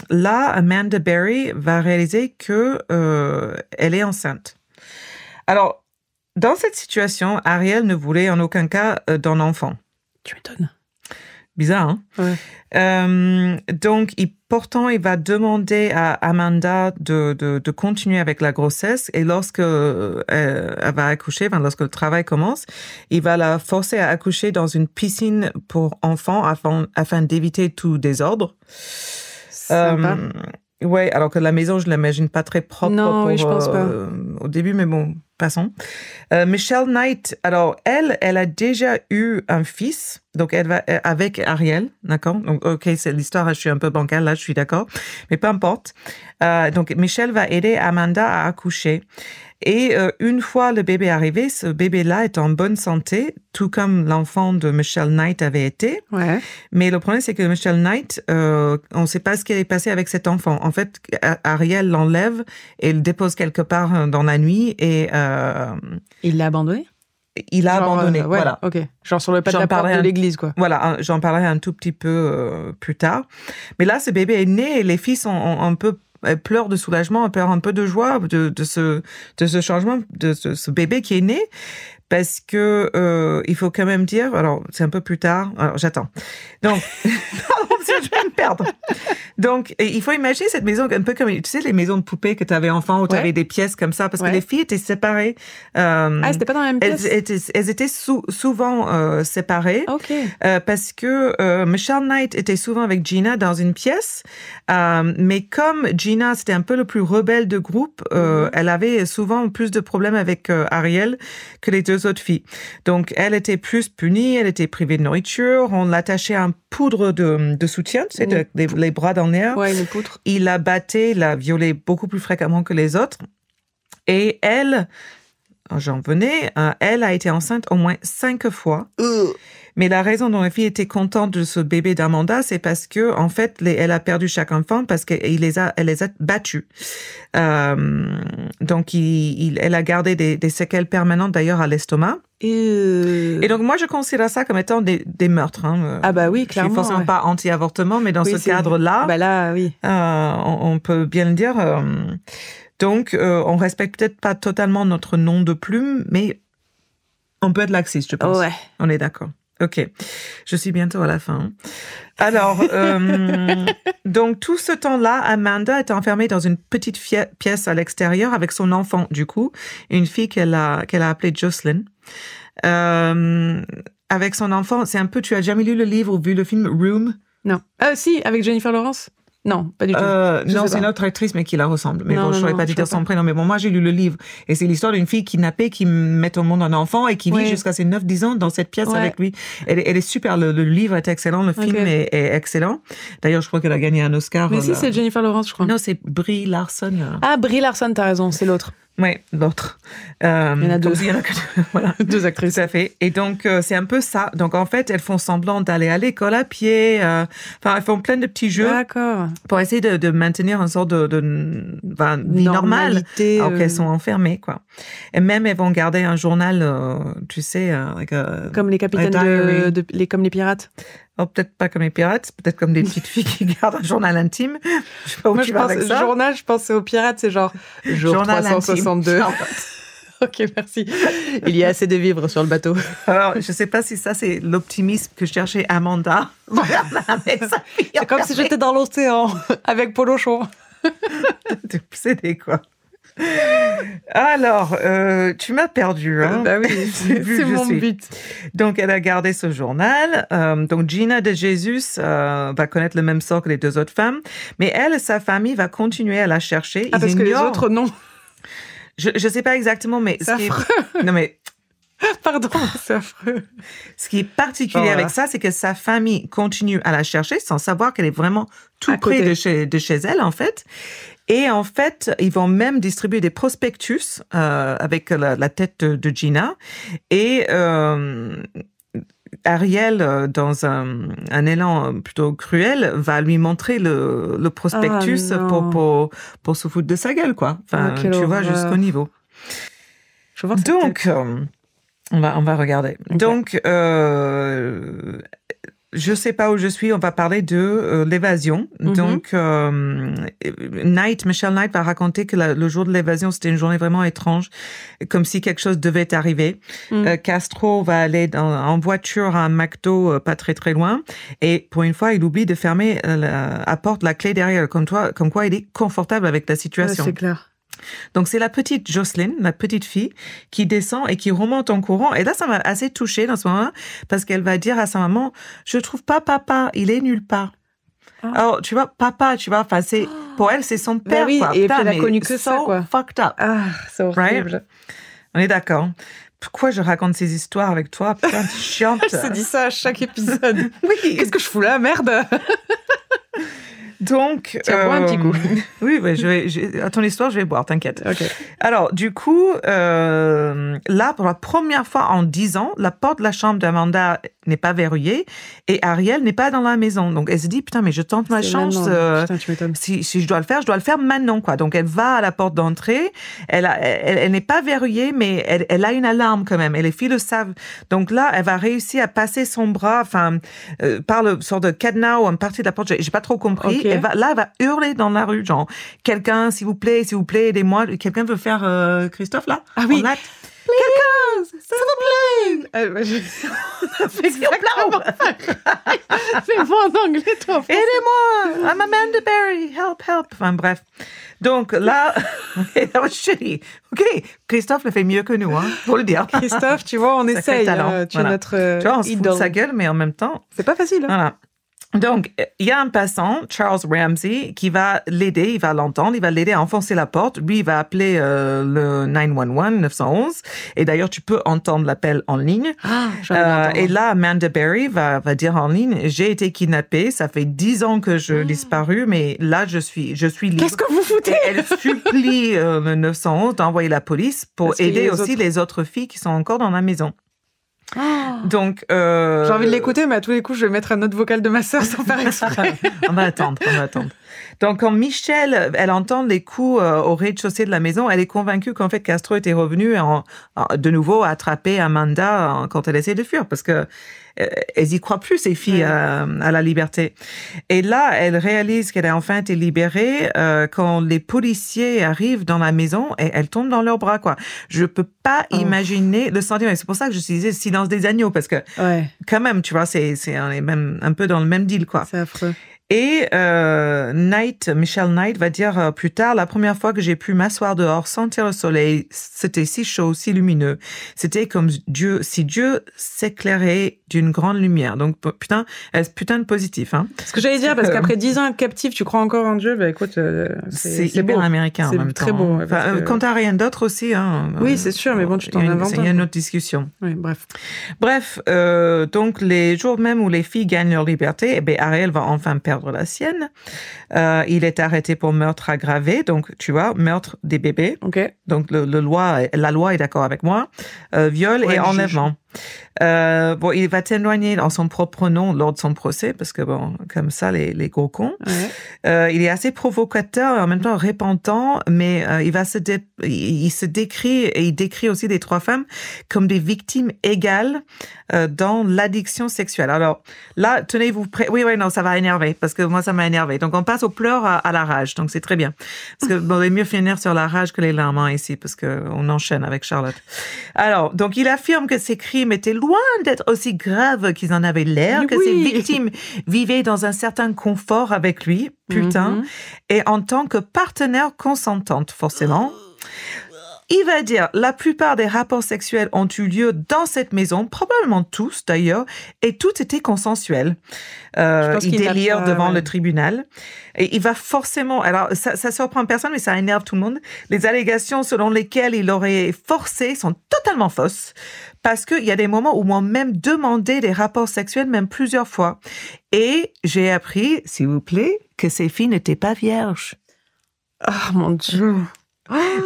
là, Amanda Berry va réaliser que euh, elle est enceinte. Alors, dans cette situation, Ariel ne voulait en aucun cas euh, d'un enfant.
Tu m'étonnes.
Bizarre, hein
Ouais.
Euh, donc, il, pourtant, il va demander à Amanda de, de, de continuer avec la grossesse et lorsque euh, elle va accoucher, enfin, lorsque le travail commence, il va la forcer à accoucher dans une piscine pour enfants afin, afin d'éviter tout désordre.
Sympa.
Euh, ouais, alors que la maison, je l'imagine pas très propre
Non,
pour,
oui, je pense pas.
euh, au début, mais bon, passons. Euh, Michelle Knight, alors elle, elle a déjà eu un fils, donc elle va euh, avec Ariel, d'accord Donc, ok, c'est l'histoire, je suis un peu bancale là, je suis d'accord, mais peu importe. Euh, donc, Michelle va aider Amanda à accoucher. Et euh, une fois le bébé arrivé, ce bébé-là est en bonne santé, tout comme l'enfant de Michelle Knight avait été.
Ouais.
Mais le problème, c'est que Michelle Knight, euh, on ne sait pas ce qui est passé avec cet enfant. En fait, A- Ariel l'enlève et le dépose quelque part euh, dans la nuit et euh,
Il l'a abandonné
il a
Genre,
abandonné.
euh, ouais,
Voilà.
Ok. Genre sur le pas de
J'en
la porte
parlais
de
un-
l'église, quoi.
Voilà, un- j'en parlerai un tout petit peu euh, plus tard. Mais là, ce bébé est né et les filles sont ont un peu elles pleurent de soulagement, elles pleurent un peu de joie de, de ce de ce changement, de ce, ce bébé qui est né, parce que euh, il faut quand même dire. Alors, c'est un peu plus tard. Alors, j'attends. Donc, pardon, parce que je vais me perdre. Donc, et il faut imaginer cette maison un peu comme tu sais les maisons de poupées que tu avais enfant où tu
Ouais.
avais des pièces comme ça, parce
Ouais.
que les filles étaient séparées. Euh,
Ah, c'était pas dans la même pièce
elles, étaient, elles étaient sou- souvent euh, séparées.
Ok.
Euh, parce que euh, Michelle Knight était souvent avec Gina dans une pièce, euh, mais comme Gina c'était un peu le plus rebelle de groupe, euh, elle avait souvent plus de problèmes avec euh, Ariel que les deux autres filles. Donc elle était plus punie, elle était privée de nourriture, on l'attachait à un poudre de, de soutien, tu sais, de- les, les bras dans l'air.
Ouais, une poutre.
Il la battait, il la violait beaucoup plus fréquemment que les autres. Et elle, j'en venais, euh, elle a été enceinte au moins cinq fois.
Euh,
Mais la raison dont la fille était contente de ce bébé d'Amanda, c'est parce que en fait, les- elle a perdu chaque enfant parce qu'elle les a, elle les a battus. Euh, donc, il- il- elle a gardé des, des séquelles permanentes d'ailleurs à l'estomac.
Et... euh,
Et donc, moi, je considère ça comme étant des, des meurtres. hein.
Ah bah oui,
Je
clairement,
suis forcément
ouais.
pas anti-avortement, mais dans
Oui,
ce
c'est-
cadre-là,
bah là, oui.
euh, on, on peut bien le dire. euh, donc, euh, on respecte peut-être pas totalement notre nom de plume, mais on peut être laxiste, je pense.
Ouais.
On est d'accord. Ok, je suis bientôt à la fin. Alors, euh, donc tout ce temps-là, Amanda est enfermée dans une petite fie- pièce à l'extérieur avec son enfant, du coup, une fille qu'elle a, qu'elle a appelée Jocelyn. Euh, avec son enfant, c'est un peu, tu as jamais lu le livre ou vu le film Room
Non. Ah si, avec Jennifer Lawrence Non, pas du tout.
Euh,
Je
non,
sais
c'est une
pas.
autre actrice, mais qui la ressemble. Mais
Non,
bon,
non,
je saurais
non,
pas te
je
dire
vois
son prénom. Mais bon, moi, j'ai lu le livre. Et c'est l'histoire d'une fille kidnappée qui met au monde un enfant et qui
Ouais.
vit jusqu'à ses 9-10 ans dans cette pièce
Ouais.
avec lui. Elle, est- elle est super. Le, le livre est excellent. Le film
Ok.
est, est excellent. D'ailleurs, je crois qu'elle a gagné un Oscar.
Mais
euh,
si, c'est Jennifer Lawrence, je crois.
Non, c'est Brie Larson. euh.
Ah, Brie Larson, t'as raison, c'est l'autre.
Ouais, l'autre. Euh,
Il y en a
comme
deux.
s'il y en a que deux. voilà.
Deux actrices.
Tout à fait. Et donc, euh, c'est un peu ça. Donc, en fait, elles font semblant d'aller à l'école à pied. euh, Enfin, elles font plein de petits jeux
D'accord.
pour essayer de, de maintenir un sort de, de, ben, vie normale.
Normalité,
Alors
euh,
qu'elles sont enfermées, quoi. Et même, elles vont garder un journal, euh, tu sais, euh, avec, euh,
Comme les capitaines
Ouais,
de,
diary.
de- les, comme les pirates.
oh, peut-être pas comme les pirates, peut-être comme des petites filles qui gardent un journal intime. Je sais pas où
Moi,
tu
je
vas
pense,
avec ça.
journal, je pensais aux pirates, c'est genre, jour
Journal intime.
362. ok, merci. Il y a assez de vivres sur le bateau.
Alors, je sais pas si ça, c'est l'optimisme que cherchait Amanda. Voilà, avec sa fille
C'est comme si j'étais dans l'océan, avec Polo chaud.
obsédée, quoi. Alors, euh, tu m'as perdu. Hein.
Bah oui,
C'est
c'est
je
mon
suis.
but.
Donc, elle a gardé ce journal. Euh, donc, Gina de Jesus euh, va connaître le même sort que les deux autres femmes. Mais elle, sa famille va continuer à la chercher.
Ah,
Ils
parce que les
ignorent-
autres, non.
Je ne sais pas exactement, mais
C'est
ce qui, est... non, mais
Pardon, c'est affreux.
ce qui est particulier
Oh là là.
avec ça, c'est que sa famille continue à la chercher sans savoir qu'elle est vraiment tout
À
près
côté.
de chez, de chez elle, en fait. Et en fait, ils vont même distribuer des prospectus euh, avec la, la tête de, de Gina. Et euh, Ariel, euh, dans un, un élan plutôt cruel, va lui montrer le, le prospectus
Ah, non.
pour, pour, pour se foutre de sa gueule, quoi. Enfin,
Ah,
tu
quelle
vois,
horreur.
jusqu'au niveau.
Je vois
Donc, euh, on va, on va regarder.
Ok.
Donc, euh, je sais pas où je suis, on va parler de euh, l'évasion.
Mhm.
Donc, euh, Knight, Michelle Knight va raconter que la- le jour de l'évasion, c'était une journée vraiment étrange, comme si quelque chose devait arriver.
Mm.
Euh, Castro va aller dans- en voiture à un McDo euh, pas très très loin et pour une fois, il oublie de fermer euh, la, la porte, la clé derrière, comme, toi, comme quoi il est confortable avec la situation.
c'est clair.
Donc c'est la petite Jocelyne, la petite fille, qui descend et qui remonte en courant. Et là, ça m'a assez touchée dans ce moment-là, parce qu'elle va dire à sa maman, je trouve pas papa, il est nulle part.
Ah. Bah
Alors, tu vois, papa, tu vois, enfin, c'est, pour elle, c'est son père,
oui,
quoi.
et puis elle a
mais
connu que ça,
so
quoi.
fucked up.
Ah, c'est horrible.
On est d'accord. hein. Pourquoi je raconte ces histoires avec toi? Putain, t'es chiante.
Je se dis ça à chaque épisode.
oui.
Qu'est-ce que je fous là, merde
Donc.
Tiens, bois un
Euh,
petit coup.
oui, ouais, je vais, je- à ton histoire, je vais boire, t'inquiète.
Ok.
Alors, du coup, euh, là, pour la première fois en dix ans, la porte de la chambre d'Amanda n'est pas verrouillée et Ariel n'est pas dans la maison. Donc, elle se dit, putain, mais je tente ma
C'est
chance.
maintenant.
euh,
Putain, tu m'étonnes.
si, si je dois le faire, je dois le faire maintenant, quoi. Donc, elle va à la porte d'entrée. Elle, a- elle, elle n'est pas verrouillée, mais elle, elle a une alarme quand même. Et les filles le savent. Donc là, elle va réussir à passer son bras, enfin, euh, par le sort de cadenas ou une partie de la porte. J'ai j'ai pas trop compris.
Ok.
Elle va, là, elle va hurler dans la rue, genre, quelqu'un, s'il vous plaît, s'il vous plaît, aidez-moi. Quelqu'un veut faire euh, Christophe là
Ah oui.
En acte Ah,
Euh, bah, je- Exactement. C'est moi en anglais, toi. en français.
Aidez-moi! I'm Amanda Berry! Help, help! Enfin, bref. Donc là, that was shitty. OK, Christophe le fait mieux que nous, hein, pour le dire.
Christophe, tu vois, on
Sacré
essaye.
talent,
euh, tu
voilà.
es notre euh,
Tu vois, on se fout de
idole.
sa gueule, mais en même temps,
C'est pas facile. hein.
voilà. Donc, euh, il y a un passant, Charles Ramsey, qui va l'aider, il va l'entendre, il va l'aider à enfoncer la porte. Lui, il va appeler euh, le 911, 911. Et d'ailleurs, tu peux entendre l'appel en ligne.
Ah, j'ai envie
Euh,
d'entendre.
et là, Amanda Berry va, va dire en ligne, j'ai été kidnappée, ça fait dix ans que je disparu, mais là, je suis, je suis libre.
Ah. Qu'est-ce que vous foutez
Et elle supplie euh, le 911 d'envoyer la police pour
Parce qu'il y a
aider
les
aussi
autres. Ah.
les autres filles qui sont encore dans la maison. Donc, euh,
J'ai envie de l'écouter, mais à tous les coups, je vais mettre un autre vocal de ma sœur sans faire exprès.
on va attendre, on va attendre. Donc, quand Michelle, elle entend les coups euh, au rez-de-chaussée de la maison, elle est convaincue qu'en fait, Castro était revenu en- en- de nouveau à attraper Amanda en- quand elle essaie de fuir, parce que euh, elles y croient plus, ces filles,
Ouais.
euh, à la liberté. Et là, elle réalise qu'elle a enfin été libérée euh, quand les policiers arrivent dans la maison et elle tombe dans leurs bras, quoi. Je peux pas
Oh.
imaginer le sentiment. Et C'est pour ça que j'utilisais le silence des agneaux, parce que
Ouais,
quand même, tu vois, c'est, c'est, on est même un peu dans le même deal, quoi.
c'est affreux.
Et euh, Knight, Michel Knight va dire euh, plus tard, la première fois que j'ai pu m'asseoir dehors, sentir le soleil, c'était si chaud, si lumineux. C'était comme Dieu, si Dieu s'éclairait d'une grande lumière. Donc p- putain, elle- putain de positif. Hein.
Ce que j'allais dire, parce qu'après 10 ans captif, tu crois encore en Dieu, bah écoute, euh,
C'est hyper américain en
C'est
même
très
temps.
beau, ouais,
Enfin,
parce
euh,
que-
Quand t'as rien d'autre aussi. Hein,
Oui,
euh,
c'est sûr, mais bon, tu t'en
il y a une-
inventes
Il y a
un.
une autre discussion.
Ouais, bref.
Bref, euh, donc les jours même où les filles gagnent leur liberté, eh bien, Ariel va enfin perdre la sienne. Euh, il est arrêté pour meurtre aggravé, donc tu vois, meurtre des bébés.
Ok.
Donc le, le loi, la loi est d'accord avec moi. Euh, viol
Ouais,
et
le
enlèvement. Euh, bon, il va témoigner en son propre nom lors de son procès, parce que bon, comme ça, les, les gros cons.
Ouais.
Euh, il est assez provocateur et en même temps répentant, mais euh, il va se dé- il il se décrit et il décrit aussi les trois femmes comme des victimes égales euh, dans l'addiction sexuelle. Alors là, tenez-vous prêts. Oui, oui, non, ça va énerver parce que moi ça m'a énervé. Donc on passe aux pleurs à, à la rage. Donc c'est très bien parce que bon, il est mieux finir sur la rage que les larmes hein, ici parce que on enchaîne avec Charlotte. Alors donc il affirme que ces crimes étaient loin d'être aussi graves qu'ils en avaient l'air,
Mais
que
oui.
ces victimes vivaient dans un certain confort avec lui. Putain
Mhm.
et en tant que partenaire consentante,
Oh.
forcément. Il va dire, la plupart des rapports sexuels ont eu lieu dans cette maison, probablement tous d'ailleurs, et tout était consensuel.
Je
Euh,
pense
il
qu'il n'a
délire
pas-
devant
ouais.
le tribunal. Et il va forcément, alors ça, ça surprend personne, mais ça énerve tout le monde, les allégations selon lesquelles il aurait forcé sont totalement fausses, parce qu'il y a des moments où moi-même demandé des rapports sexuels, même plusieurs fois. Et j'ai appris, s'il vous plaît, que ces filles n'étaient pas vierges.
Oh mon dieu.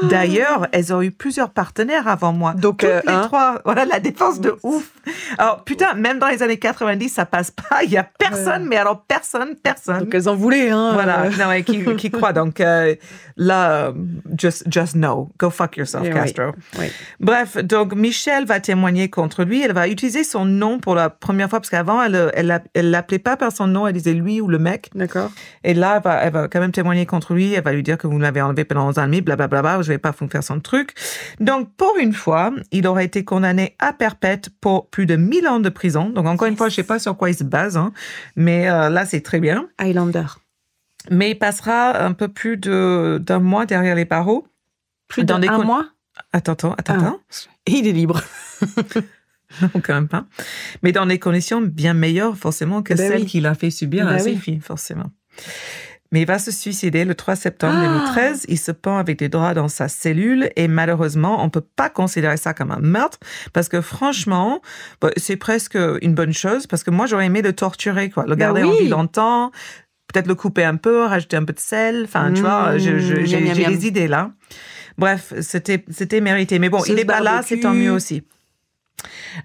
D'ailleurs, elles ont eu plusieurs partenaires avant moi.
Donc,
Toutes
euh,
les
hein.
trois. Voilà la défense de ouf. Alors, putain, même dans les années 90, ça passe pas. Il y a personne, mais alors personne, personne.
Donc elles en voulaient, hein.
Mmh. voilà,
euh.
non, mais qui, qui croit. Donc euh, là, euh, just, just no. Go fuck yourself,
Eh oui.
Castro.
Oui.
Bref, donc Michelle va témoigner contre lui. Elle va utiliser son nom pour la première fois, parce qu'avant, elle elle l'a- elle l'appelait pas par son nom. Elle disait lui ou le mec.
D'accord.
Et là, elle va, elle va quand même témoigner contre lui. Elle va lui dire que vous l'avez enlevé pendant un demi, blablabla. Je vais pas vous faire son truc. Donc, pour une fois, il aurait été condamné à perpète pour plus de 1000 ans de prison. Donc, encore une fois, je sais pas sur quoi il se base, hein, mais euh, là, c'est très bien.
Highlander.
Mais il passera un peu plus de- d'un mois derrière les barreaux.
Plus
Dans
d'un
des con-
mois
Attends, attends, attends,
Ah.
attends.
Et il est libre.
Non, quand même pas. Mais dans des conditions bien meilleures, forcément, que
Ben
celles
oui.
qu'il a fait subir à
Ben
ses
oui.
filles, forcément. Mais il va se suicider le 3 septembre
Ah
2013. Il se pend avec des draps dans sa cellule et malheureusement, on peut pas considérer ça comme un meurtre parce que franchement, bah, c'est presque une bonne chose parce que moi, j'aurais aimé le torturer, quoi. Le
Ben
garder en
oui.
vie longtemps, peut-être le couper un peu, rajouter un peu de sel. Enfin, tu
Mmh,
vois, je- je-
miam,
j'ai
miam,
j'ai
miam.
des idées là. Bref, c'était c'était mérité. Mais bon,
Sauce
il est pas là, c'est tant
barbecue.
mieux aussi.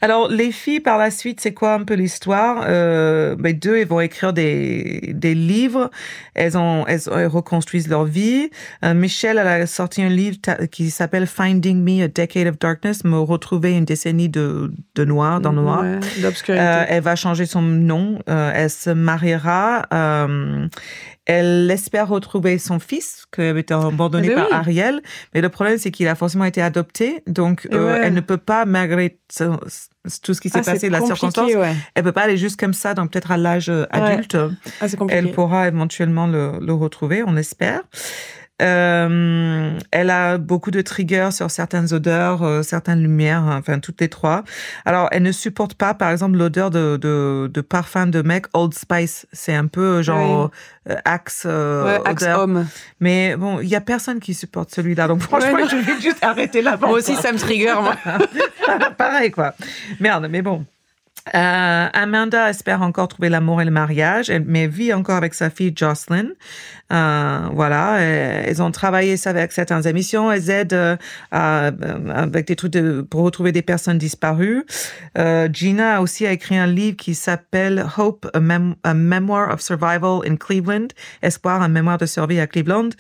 Alors, les filles, par la suite, c'est quoi un peu l'histoire euh, ben, Deux, elles vont écrire des, des livres. Elles, ont, elles, ont- elles reconstruisent leur vie. Euh, Michelle, elle a sorti un livre ta- qui s'appelle Finding Me, A Decade of Darkness, me retrouver une décennie de, de noir, dans le noir.
Ouais, D'obscurité.
Euh, elle va changer son nom, euh, elle se mariera, euh, elle espère retrouver son fils, qui avait été abandonné
Eh ben
par
oui.
Ariel, mais le problème c'est qu'il a forcément été adopté, donc
Eh
euh,
ouais.
elle ne peut pas, malgré son- tout ce qui s'est
Ah,
passé, la
compliqué,
circonstance,
ouais.
elle peut pas aller juste comme ça, donc peut-être à l'âge euh,
Ouais.
adulte,
Ah, c'est compliqué.
elle pourra éventuellement le, le retrouver, on espère. Euh, elle a beaucoup de triggers sur certaines odeurs, euh, certaines lumières, hein, enfin toutes les trois. Alors, elle ne supporte pas, par exemple, l'odeur de, de, de parfum de mec Old Spice. C'est un peu genre euh, axe, euh,
Ouais, axe
odeur.
homme.
Mais bon, il y a personne qui supporte celui-là. Donc franchement,
Ouais, non.
je vais juste arrêter là.
Moi aussi, ça me trigger, moi.
Pareil, quoi. Merde, mais bon. Euh, Amanda espère encore trouver l'amour et le mariage, elle- mais vit encore avec sa fille Jocelyn. Euh, voilà, euh, elles ont travaillé ça avec certaines émissions, elles aident euh, à- euh, avec des trucs de- pour retrouver des personnes disparues. Euh, Gina aussi a écrit un livre qui s'appelle Hope, a, Mem- a Memoir of Survival in Cleveland, Espoir, un mémoire de survie à Cleveland.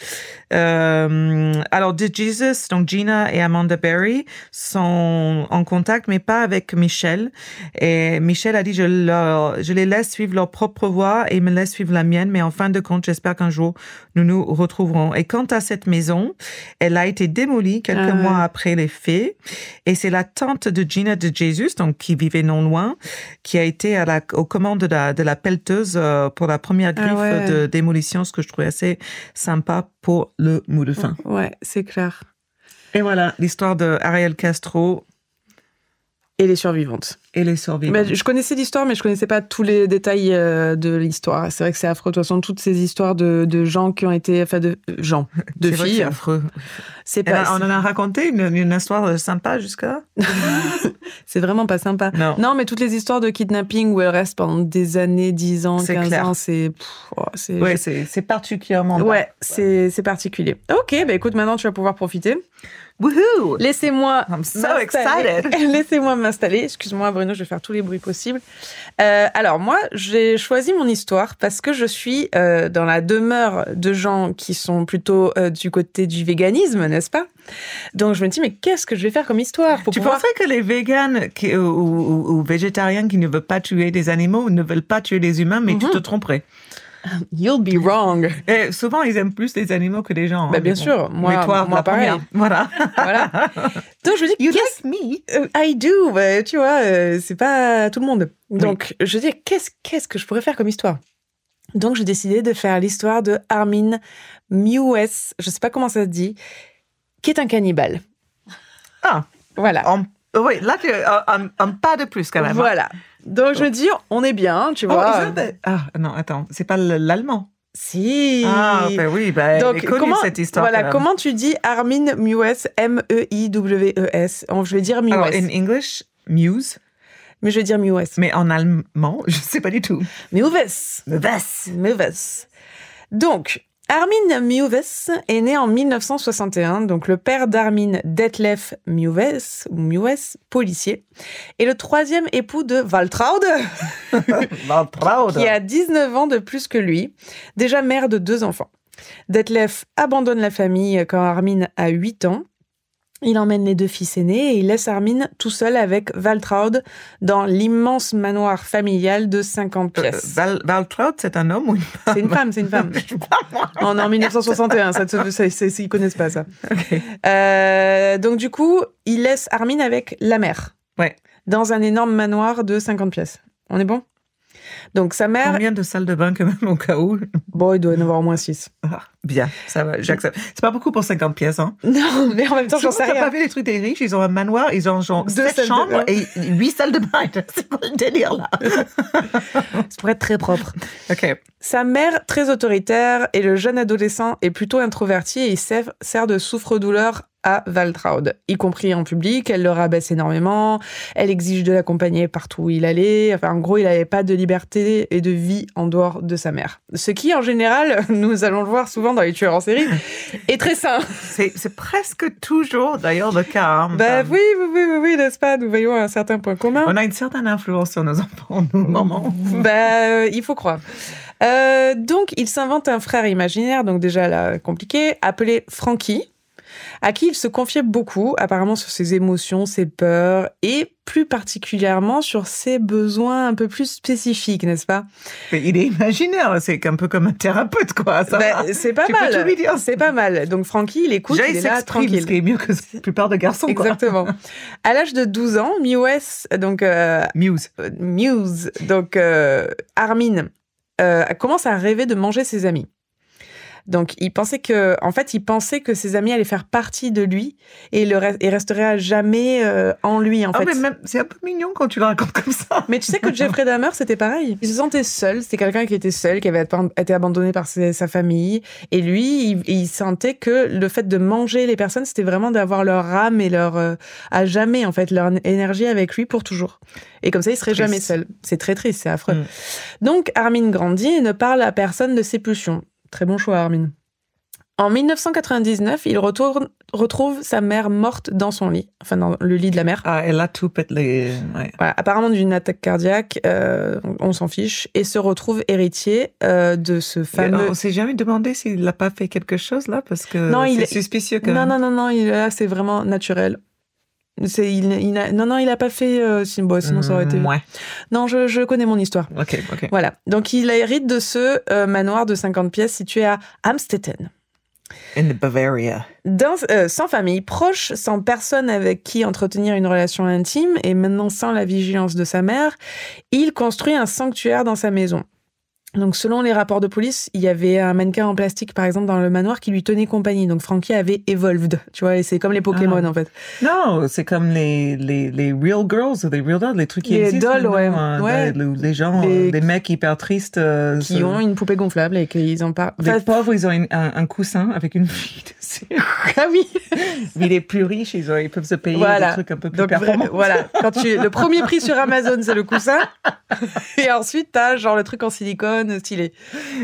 Euh, alors, The Jesus, donc Gina et Amanda Berry sont en contact, mais pas avec Michelle. Et Et Michel a dit, je, leur- je les laisse suivre leur propre voie et ils me laisse suivre la mienne, mais en fin de compte, j'espère qu'un jour, nous nous retrouverons. Et quant à cette maison, elle a été démolie quelques
Ah ouais.
mois après les faits. Et c'est la tante de Gina de Jesus, donc qui vivait non loin, qui a été à la, aux commandes de la, de la pelleteuse euh, pour la première
Ah
griffe
ouais.
de démolition, ce que je trouvais assez sympa pour le mot de fin.
Ouais, c'est clair.
Et voilà l'histoire de Ariel Castro
Et les survivantes.
et les survivants.
Mais je connaissais l'histoire, mais je connaissais pas tous les détails euh, de l'histoire. C'est vrai que c'est affreux. De toute façon, toutes ces histoires de, de gens qui ont été, enfin de euh, gens, de
C'est vrai que c'est
filles, Bah,
affreux.
c'est
Eh ben, on
pas,
en a raconté une, une histoire sympa jusqu'à
c'est vraiment pas sympa.
Non.
Non, mais toutes les histoires de kidnapping où elles restent pendant des années, 10 ans,
C'est
15
clair.
ans, c'est, pff, oh, c'est,
Ouais, c'est c'est particulièrement. bas.
ouais, c'est, c'est particulier. Ok, bah écoute, maintenant tu vas pouvoir profiter.
Woohoo!
Laissez-moi
I'm so
m'installer.
excited.
Laissez-moi m'installer. Excuse-moi, Bruno, je vais faire tous les bruits possibles. Euh, alors, moi, j'ai choisi mon histoire parce que je suis euh, dans la demeure de gens qui sont plutôt euh, du côté du véganisme, n'est-ce pas Donc, je me dis, mais qu'est-ce que je vais faire comme histoire pour
Tu
pouvoir...
pensais que les véganes qui- ou, ou- ou- ou végétariens qui ne veulent pas tuer des animaux ne veulent pas tuer les humains, mais
Mhm.
tu te tromperais.
You'll be wrong.
Et souvent, ils aiment plus les animaux que les gens.
Bah,
hein,
bien
Oh, mais bon.
sûr, moi,
mais toi,
moi
la
pareil.
première. Voilà.
voilà. Donc, je me dis,
You
qu'est-ce
like me?
Euh, I do, bah, tu vois, euh, c'est pas tout le monde. Donc, je dis, qu'est-ce qu'est-ce que je pourrais faire comme histoire Donc, j'ai décidé de faire l'histoire de Armin Mewes, je sais pas comment ça se dit, qui est un cannibale.
Ah.
Voilà.
En- Oh, oui, là, tu, un, un pas de plus quand même. hein.
Voilà. Donc, je me dis, on est bien, tu
Oh,
vois.
is that the- Ah non, attends, c'est pas l- l'allemand.
Si.
Ah, ben oui, ben, elle est connue, cette histoire.
voilà,
quand même.
comment tu dis Armin E Mewes, M-E-I-W-E-S On- Je vais dire Mewes,
Alors, in English, muse,
mais je vais dire Mewes.
mais en allemand, je sais pas du tout.
Mewes
Mewes.
Mewes. Donc, Armin Mewes est né en 1961, donc le père d'Armin Detlef Mewes, ou Mewes, policier, et le troisième époux de Waltraud, qui a 19 ans de plus que lui, déjà mère de deux enfants. Detlef abandonne la famille quand Armin a 8 ans. Il emmène les deux fils aînés et il laisse Armin tout seul avec Waltraud dans l'immense manoir familial de 50
Euh,
pièces.
Val, Valtraud, c'est un homme ou une
C'est une femme, c'est une femme. On est en 1961, ça, te- ça- ça- ça- ils connaissent pas ça. Euh, donc du coup, il laisse Armin avec la mère.
Ouais.
Dans un énorme manoir de 50 pièces. On est bon Donc sa mère,
Combien de salles de bain quand même au cas où
bon, il doit y en avoir au moins 6.
Ah, Bien, ça va, j'accepte. C'est pas beaucoup pour 50 pièces, hein.
Non, mais en même temps, j'en sais
T'as pas
rien.
vu les trucs des riches Ils ont un manoir, ils ont genre
Deux
7
salles de
chambres
bain.
et 8 salles de bain. C'est quoi le délire là
C'est pour être très propre.
Ok.
Sa mère, très autoritaire, et le jeune adolescent est plutôt introverti et il sert, sert de souffre-douleur à Valtraud, y compris en public. Elle le rabaisse énormément, elle exige de l'accompagner partout où il allait. Enfin, en gros, il n'avait pas de liberté et de vie en dehors de sa mère. Ce qui, en général, nous allons le voir souvent dans les tueurs en série, est très sain.
C'est c'est presque toujours d'ailleurs le cas. hein,
Bah
madame.
oui, hein. oui, oui, oui, oui, n'est-ce pas Nous voyons un certain point commun.
On a une certaine influence sur nos enfants, nos mamans.
Bah, euh, il faut croire. Euh, donc, il s'invente un frère imaginaire, donc déjà là, compliqué, appelé Frankie, à qui il se confiait beaucoup, apparemment sur ses émotions, ses peurs, et plus particulièrement sur ses besoins un peu plus spécifiques, n'est-ce pas
Mais il est imaginaire, c'est un peu comme un thérapeute quoi. Ça
Bah,
va.
C'est pas
Tu peux
mal.
tout lui dire.
C'est pas mal. Donc, Frankie, il écoute,
Déjà,
il
il
est là,
s'exprime,
tranquille.
ce qui est mieux que la plupart des garçons quoi.
Exactement. À l'âge de 12 ans, Miwes, donc euh,
Muse.
euh, Muse, donc euh, Armin, euh, commence à rêver de manger ses amis. Donc, il pensait que, en fait, il pensait que ses amis allaient faire partie de lui et le re- et resterait à jamais euh, en lui, en
Ah,
fait.
mais
Mais,
même- c'est un peu mignon quand tu le racontes comme ça.
tu sais que Jeffrey Dahmer, c'était pareil. Il se sentait seul. C'était quelqu'un qui était seul, qui avait apan- été abandonné par ses- sa famille. Et lui, il, il sentait que le fait de manger les personnes, c'était vraiment d'avoir leur âme et leur, euh, à jamais, en fait, leur énergie avec lui pour toujours. Et comme ça, il serait
Triste.
jamais seul. C'est très triste, c'est affreux.
Mm.
Donc, Armin grandit et ne parle à personne de ses pulsions. Très bon choix, Armin. En 1999, il retourne, retrouve sa mère morte dans son lit, enfin dans le lit de la mère.
Ah, elle a tout pète les. Ouais.
Voilà, apparemment d'une attaque cardiaque, euh, on s'en fiche, et se retrouve héritier euh, de ce fameux.
On s'est jamais demandé s'il n'a pas fait quelque chose là parce que
Non,
c'est
il est-
suspicieux quand
Non,
même.
non, non, non, il- là c'est vraiment naturel. C'est, il, il a- non, non, il a pas fait. euh, si- bon, sinon, ça aurait été.
Mmh, Ouais.
Non, je, je connais mon histoire.
Ok, ok.
Voilà. Donc, il hérite de ce euh, manoir de 50 pièces situé à Amstetten.
In Bavaria.
Dans- euh, sans famille proche, sans personne avec qui entretenir une relation intime, et maintenant sans la vigilance de sa mère, il construit un sanctuaire dans sa maison. Donc, selon les rapports de police, il y avait un mannequin en plastique, par exemple, dans le manoir qui lui tenait compagnie. Donc, Frankie avait evolved, tu vois, et c'est comme les Pokémon,
Ah.
en fait.
Non, c'est comme les, les, les real girls, les real dolls, les trucs qui
Les
existent.
dolls,
maintenant,
ouais.
hein,
Ouais.
les- Les, gens,
Les-
euh, les mecs hyper tristes. euh,
Qui
se-
ont une poupée gonflable et qu'ils en parlent.
Les
Enfin,
pauvres, ils ont une- un, un coussin avec une fille dessus.
ah oui!
Mais les plus riches, ils, ont- ils peuvent se payer
Voilà.
des trucs un peu plus
Donc vra-
performants.
voilà, quand tu le premier prix sur Amazon c'est le coussin et ensuite t'as genre le truc en silicone stylé.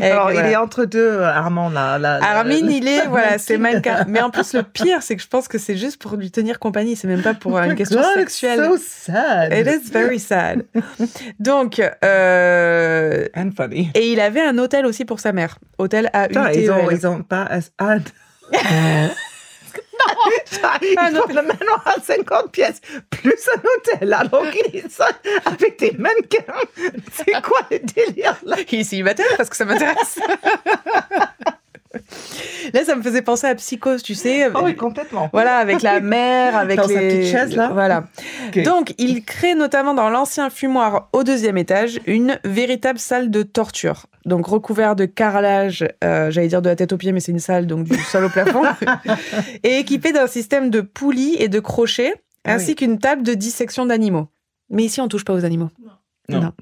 Et
Alors,
voilà.
il est entre deux, euh, Armand, là. là là,
Armin,
là.
il est voilà, c'est
mannequin.
mannequin. Mais en plus le pire c'est que je pense que c'est juste pour lui tenir compagnie, c'est même pas pour euh, une question
Oh God, it's
sexuelle.
so sad.
It is very sad. Donc euh,
And funny.
et il avait un hôtel aussi pour sa mère, hôtel à
Putain, ils ont,
UTEL.
ils ont pas as ad. non,
Ah,
ils
non.
ont le manoir à 50 pièces, plus un hôtel, alors qu'il est seul avec des mannequins. C'est quoi le délire là
Il célibataire parce que ça m'intéresse. Là, ça me faisait penser à Psychose, tu sais.
Ah oui, complètement.
Voilà, avec la mer, avec
Dans
les...
sa petite chaise, là.
Voilà.
Ok.
Donc, il crée notamment dans l'ancien fumoir au deuxième étage une véritable salle de torture. Donc, recouvert de carrelage, euh, j'allais dire de la tête aux pieds, mais c'est une salle, donc du sol au plafond, et équipée d'un système de poulies et de crochets,
Ah
ainsi
oui.
qu'une table de dissection d'animaux. Mais ici, on touche pas aux animaux.
Non.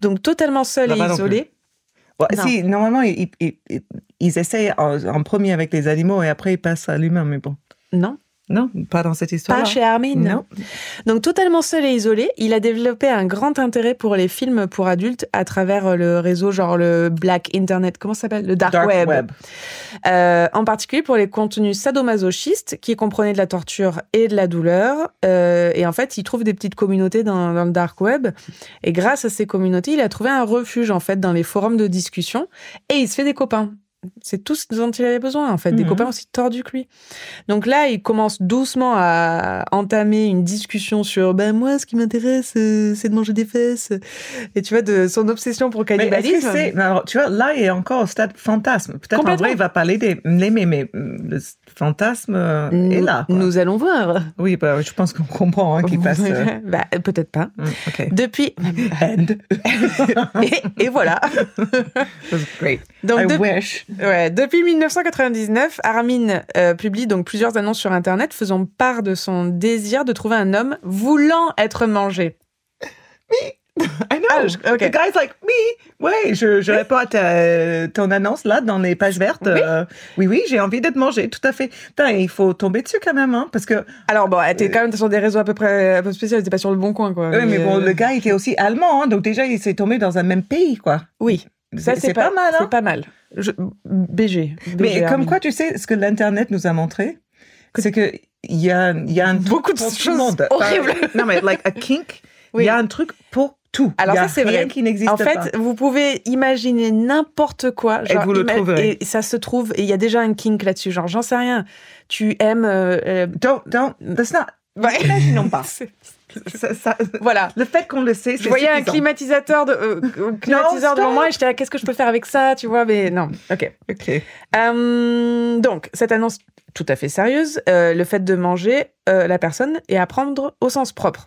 Donc, totalement seul
Là-bas
et
non plus.
isolé.
Bon,
Non.
si, normalement, ils, ils, ils- ils essayent en, en premier avec les animaux et après ils passent à l'humain, mais bon.
Non,
Non, pas dans cette histoire.
pas chez Armin.
Non.
Donc totalement seul et isolé, il a développé un grand intérêt pour les films pour adultes à travers le réseau genre le Black Internet, comment ça s'appelle Le Dark, Web. Euh, en particulier pour les contenus sadomasochistes qui comprenaient de la torture et de la douleur. Euh, et en fait, il trouve des petites communautés dans, dans le Dark Web. Et grâce à ces communautés, il a trouvé un refuge en fait dans les forums de discussion et il se fait des copains. C'est tout ce dont il avait besoin, en fait, des
Mhm.
copains aussi tordus que lui. Donc là, il commence doucement à entamer une discussion sur ben moi, ce qui m'intéresse, euh, c'est de manger des fesses. Et tu vois, de son obsession pour le
Mais est-ce que
cannibalisme.
c'est- mais alors, tu vois, là, il est encore au stade fantasme. Peut-être en
Complètement.
vrai, il va pas l'aider, l'aimer, mais euh, le fantasme euh, est
Nous-
là. quoi.
Nous allons voir.
Oui, bah, je pense qu'on comprend hein, qu'il passe. euh,
Bah, peut-être pas.
mm, Ok.
Depuis.
And
Et, et voilà.
it was great.
Donc,
I
de-
wish.
ouais, depuis 1999, Armin euh, publie donc plusieurs annonces sur Internet faisant part de son désir de trouver un homme voulant être mangé.
I know.
Ah, je- ok.
The guy's like me. Ouais, je, je réponds à ta- ton annonce là dans les pages vertes.
Oui.
Euh, oui, oui, j'ai envie d'être mangé, tout à fait. Putain, il faut tomber dessus quand même, hein, parce que.
Alors bon, elle était quand même sur des réseaux à peu près un peu spéciaux, elle était pas sur le bon coin quoi.
Euh, Ouais, mais bon,
euh,
le gars était aussi allemand, hein, donc déjà il s'est tombé dans un même pays, quoi.
Oui, ça c'est pas,
mal,
C'est
hein.
pas hein. mal. Je- BG.
Mais
BG,
comme
Armin.
quoi, tu sais, ce que l'internet nous a montré, c'est que il y a, il y a un truc
Beaucoup de
pour tout le
choses
monde.
horribles.
Enfin, non mais like a kink, il
Oui.
y a un truc pour tout.
Alors
Il y a
ça, c'est
rien
vrai.
qui n'existe
En fait,
pas.
vous pouvez imaginer n'importe quoi.
Et vous le
ima-
trouverez.
Et ça se trouve, et il y a déjà un kink là-dessus. Genre, j'en sais rien. Tu aimes. euh, euh,
Don't, don't, that's not. Imaginons pas.
c'est-
Ça- ça-
voilà.
le fait qu'on le sait, c'est
Je voyais un
suffisant.
climatisateur de, euh, euh, climatiseur
stop.
devant moi et j'étais là, qu'est-ce que je peux faire avec ça, tu vois, mais non, ok.
Ok.
Euh, donc, cette annonce tout à fait sérieuse, euh, le fait de manger euh, la personne et à prendre au sens propre.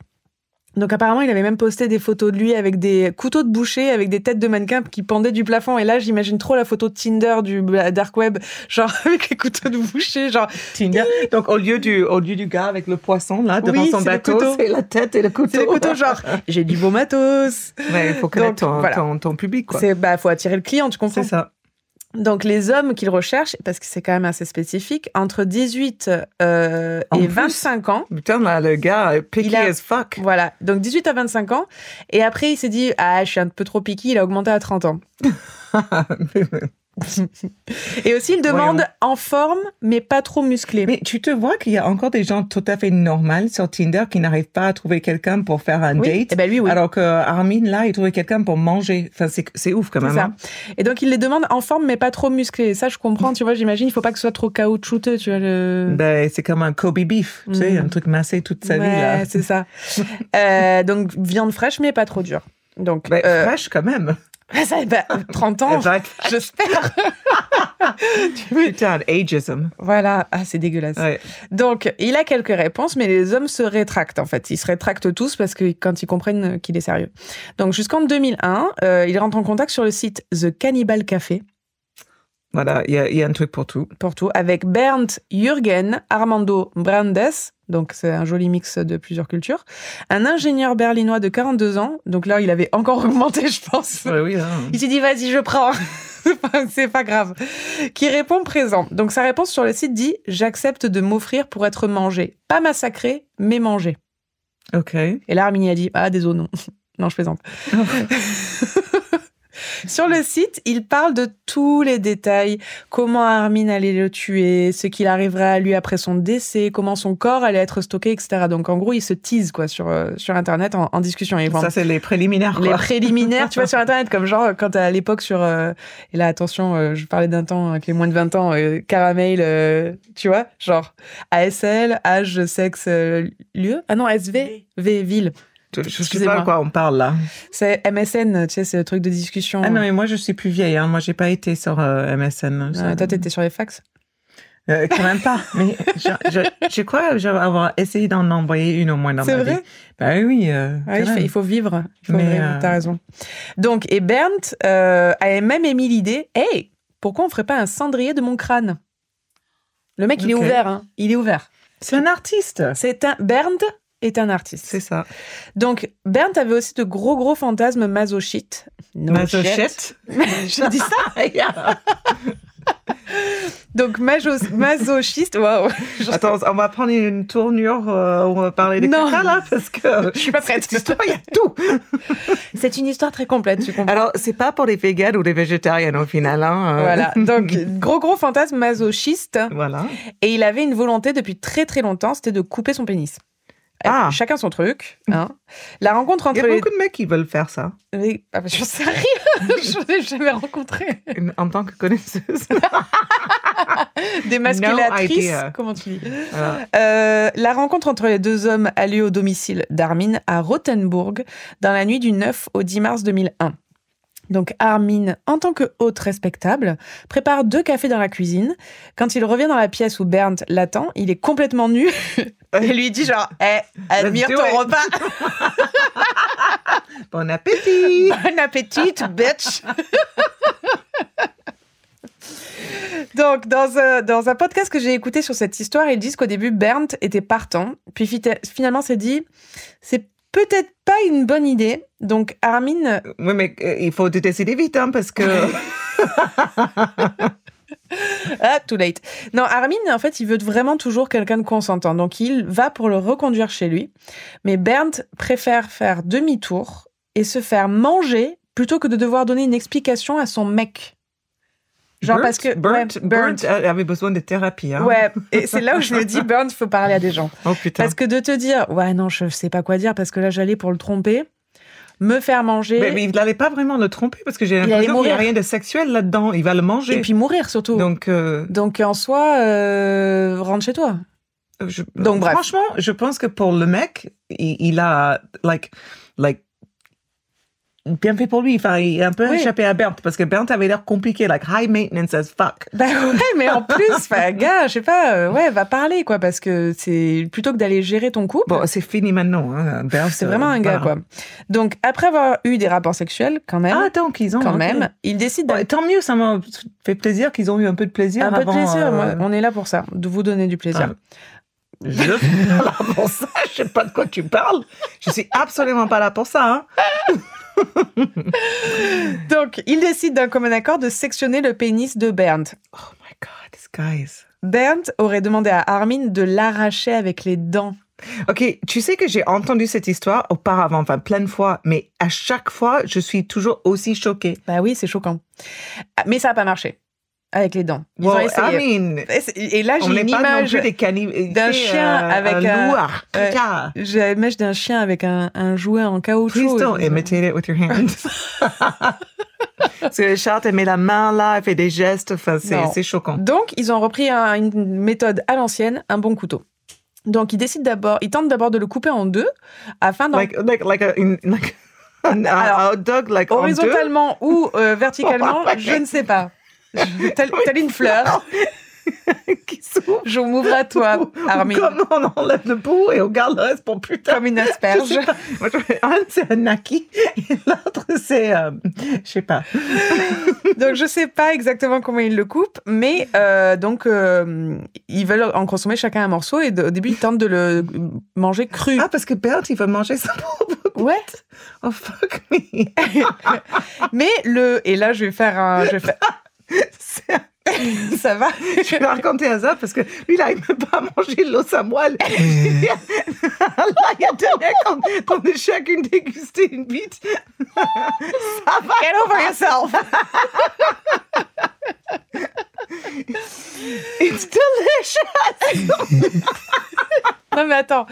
Donc apparemment, il avait même posté des photos de lui avec des couteaux de boucher, avec des têtes de mannequins qui pendaient du plafond. Et là, j'imagine trop la photo de Tinder du euh, dark web, genre avec les couteaux de boucher, genre
Tinder. Donc au lieu du, au lieu du gars avec le poisson là devant
Oui,
son
c'est le
bateau,
couteau.
c'est la tête et le
c'est
couteau.
les couteaux genre j'ai du beau matos.
Ouais, il faut connaître
Donc,
ton,
voilà.
ton, ton public quoi.
C'est bah faut attirer le client, tu comprends
C'est ça.
Donc les hommes qu'il recherche, parce que c'est quand même assez spécifique, entre 18 euh,
En
et
plus.
25 ans.
Putain là, le gars est picky
Il a-
as fuck.
Voilà, donc 18 à 25 ans. Et après, il s'est dit, ah, je suis un peu trop piqué, il a augmenté à 30 ans. Et aussi, il demande
Voyons.
en forme, mais pas trop musclé.
Mais tu te vois qu'il y a encore des gens tout à fait normaux sur Tinder qui n'arrivent pas à trouver quelqu'un pour faire un
oui.
date.
Eh ben lui, oui.
Alors que Armin, là, il trouvait quelqu'un pour manger. Enfin, c'est, c'est ouf quand
C'est
même.
ça.
hein.
Et donc, il les demande en forme, mais pas trop musclé. Ça, je comprends, tu vois, j'imagine, il faut pas que ce soit trop caoutchouteux, tu vois. Le...
Ben, c'est comme un Kobe beef, tu sais,
Mhm.
un truc massé toute sa vie.
ouais,
Là.
c'est ça. Euh, donc, viande fraîche, mais pas trop dure. Donc,
Ben,
euh,
fraîche quand même.
ça, bah, 30 ans,
Eh ben,
j'espère.
putain, ageism.
Voilà, ah, c'est dégueulasse.
Ouais.
Donc, il a quelques réponses, mais les hommes se rétractent en fait. Ils se rétractent tous parce que quand ils comprennent qu'il est sérieux. Donc, jusqu'en 2001, euh, il rentre en contact sur le site The Cannibal Café
Voilà, il y, a- il y a un truc pour tout.
pour tout avec Bernd Jürgen Armando Brandes. Donc, c'est un joli mix de plusieurs cultures. Un ingénieur berlinois de 42 ans. Donc là, il avait encore augmenté, je pense.
Ouais, oui, hein.
Il s'est dit, vas-y, je prends. C'est pas- C'est pas grave. Qui répond présent. Donc sa réponse sur le site dit, j'accepte de m'offrir pour être mangé. Pas massacré, mais mangé.
Ok.
Et là, Arminia dit, ah, désolé, non. non, je plaisante. Sur le site, il parle de tous les détails. Comment Armin allait le tuer, ce qu'il arrivera à lui après son décès, comment son corps allait être stocké, etc. Donc, en gros, il se tease, quoi, sur, euh, sur Internet en, en discussion. Il vend
Ça, c'est les préliminaires,
les
Ah, quoi.
préliminaires, tu vois, sur Internet, comme genre quand à l'époque sur... euh, et là, attention, euh, je parlais d'un temps avec les moins de 20 ans, euh, caramel, euh, tu vois, genre ASL, âge, sexe, euh, lieu. Ah non, SV, V, ville.
Je, je sais
Excusez-moi.
pas à quoi on parle, là.
C'est MSN, tu sais, c'est le truc de discussion.
Ah non, mais moi, je suis plus vieille. Hein. Moi, j'ai pas été sur euh, MSN.
Euh,
Ça-
toi, t'étais sur les fax
Euh, quand même pas. Mais je, je, je crois que j'avais avoir essayé d'en envoyer une au moins dans
C'est
ma
vrai
vie. Bah oui. euh,
Ouais,
quand
il, faut,
même.
il faut vivre. Il faut
Mais,
vivre,
euh,
t'as raison. Donc, et Bernd euh, a même émis l'idée hey, pourquoi on ferait pas un cendrier de mon crâne Le mec, il est
Ok. Ah.
ouvert, hein. Il est ouvert.
C'est un artiste.
C'est un. Bernd est un artiste.
C'est ça.
Donc, Bernd avait aussi de gros, gros fantasmes masochites. No shit.
Masochette. Ah,
Je dis ça. Donc, majo- masochiste, waouh.
Attends, on va prendre une tournure. euh, on va parler des
Non.
caca, là, parce que
Je suis pas prête.
cette histoire, il y a tout.
C'est une histoire très complète, tu comprends.
Alors, c'est pas pour les véganes ou les végétariennes au final. Hein. euh.
Ah, Voilà. Donc, gros, gros fantasme masochiste.
voilà.
Et il avait une volonté depuis très, très longtemps, c'était de couper son pénis.
Ah.
Chacun son truc. hein. La rencontre
Il y
entre
a
les...
beaucoup de mecs qui veulent faire ça
les- Ah, bah, je sais rien. je l'ai jamais rencontré.
une- en tant que connaisseuse.
Des masculatrices.
idea.
comment tu dis
Voilà.
Euh, la rencontre entre les deux hommes a lieu au domicile d'Armin à Rothenburg dans la nuit du 9 au 10 mars 2001. Donc Armin, en tant que hôte respectable, prépare deux cafés dans la cuisine. Quand il revient dans la pièce où Bernd l'attend, il est complètement nu et lui dit genre Eh, admire
do
ton
it.
repas,
Bon appétit.
bon appétit, bitch !» Donc, dans un, dans un podcast que j'ai écouté sur cette histoire, ils disent qu'au début, Bernd était partant, puis fita- finalement s'est dit « c'est peut-être pas une bonne idée ». Donc, Armin...
Oui, mais euh, il faut te décider vite, hein, parce que.
Ah, too late. Non, Armin, en fait, il veut vraiment toujours quelqu'un de consentant. Donc, il va pour le reconduire chez lui. Mais Bernd préfère faire demi-tour et se faire manger plutôt que de devoir donner une explication à son mec. Genre
Bert-
parce que...
Bert,
ouais, Bernd.
Bert avait besoin de thérapie. Hein.
Ouais, et c'est là où je me dis, Bernd, faut parler à des gens.
Oh putain.
Parce que de te dire, ouais, non, je sais pas quoi dire, parce que là, j'allais pour le tromper, me faire manger,
Mais, mais il n'allait pas vraiment le tromper parce que j'ai
allait
l'impression qu'il n'y a
mourir.
rien de sexuel là-dedans. Il va le
et
manger.
puis oh. mourir surtout. Donc,
Donc, euh,
en soi, euh, rentre chez toi.
je-
Donc, bref.
franchement, je pense que pour le mec, il, il a, like, like, bien fait pour lui. Enfin, il a un peu
Oui.
échappé à Bernd parce que Bernd avait l'air compliqué, like high maintenance as fuck.
Bah ouais, mais en plus, enfin, gars, je sais pas, euh, ouais, va parler, quoi, parce que c'est plutôt que d'aller gérer ton couple.
Bon, c'est fini maintenant. Hein. Bernd,
c'est
euh,
vraiment un gars,
voilà.
quoi. Donc, après avoir eu des rapports sexuels, quand même,
Ah, donc ils ont
quand
ok.
même, il décide d'aller
Ouais, tant mieux, ça m'a fait plaisir qu'ils ont eu un peu de plaisir.
un peu de
avant,
plaisir.
euh,
moi, on est là pour ça, de vous donner du plaisir.
Ah. Je suis pas là pour ça. Je sais pas de quoi tu parles. Je suis absolument pas là pour ça. Hein.
Donc, il décide d'un commun accord de sectionner le pénis de Bernd.
Oh my god, these guys.
Bernd aurait demandé à Armin de l'arracher avec les dents.
Ok, tu sais que j'ai entendu cette histoire auparavant, enfin plein de fois, mais à chaque fois, je suis toujours aussi choquée.
Bah oui, c'est choquant. Ah, Mais ça n'a pas marché. avec les dents. Ils ont
Wow,
essayé.
I mean,
Et c'est- Et là,
on
j'ai
n'est
une
pas non
image.
plus des euh, cannibales.
d'un chien avec un-
un loup. ah,
ouais.
caca.
J'ai l'image d'un chien avec un, un jouet en caoutchouc.
Please don't imitate it with your hands. Parce que le chat, elle met la main là, elle fait des gestes, enfin, c'est
Non.
c'est choquant.
Donc, ils ont repris un- une méthode à l'ancienne, un bon couteau. Donc, ils décident d'abord, ils tentent d'abord de le couper en deux afin d'en
Like, like, like, a, une- like an- a-
Alors,
a hot dog, like en deux.
horizontalement ou euh, verticalement,
Oh, ouais.
je ne sais pas. Je- Telle, telle une fleur,
qui s'ouvre.
je m'ouvre à toi, Armin,
Comme on enlève le bout et on garde le reste pour plus tard.
comme une
Je sais
asperge.
pas. Moi, je fais, Un, c'est un naki, et l'autre, c'est. euh, je sais pas.
Donc je sais pas exactement comment ils le coupent, mais euh, donc euh, ils veulent en consommer chacun un morceau et de- au début ils tentent de le manger cru.
Ah, parce que Bert, il veut manger sa propre.
Ouais.
Oh, fuck me.
Mais le et là je vais faire un, je vais faire-
C'est un-
ça va.
Je vais raconter à ça parce que lui, il n'arrive même pas à manger l'os à moelle. Là,
Euh.
il y a deux mecs en- qu'on a chacune dégusté une bite. Ça va.
Get over yourself.
It's delicious.
Non mais attends.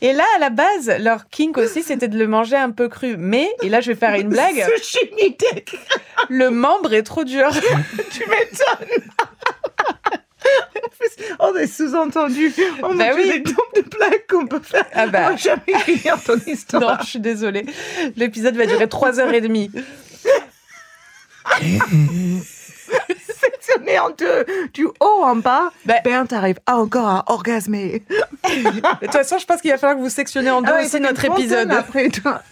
Et là à la base leur kink aussi c'était de le manger un peu cru. Mais et là je vais faire une blague.
Sushimi dick.
Le membre est trop dur.
Tu m'étonnes. En plus, oh, On est sous-entendu. On
Bah
a
oui.
Oh, des nombres de plaques qu'on peut faire.
Ah bah.
On va jamais finir ton
Non
histoire.
je suis désolée. L'épisode va durer trois heures et demie.
Sectionné en deux, du haut en bas.
Bah- Ah
Bernd arrive encore à orgasmer.
De toute façon je pense qu'il va falloir que vous sectionnez en deux
Ah oui,
aussi
c'est
notre
une trentaine
épisode.
Après toi.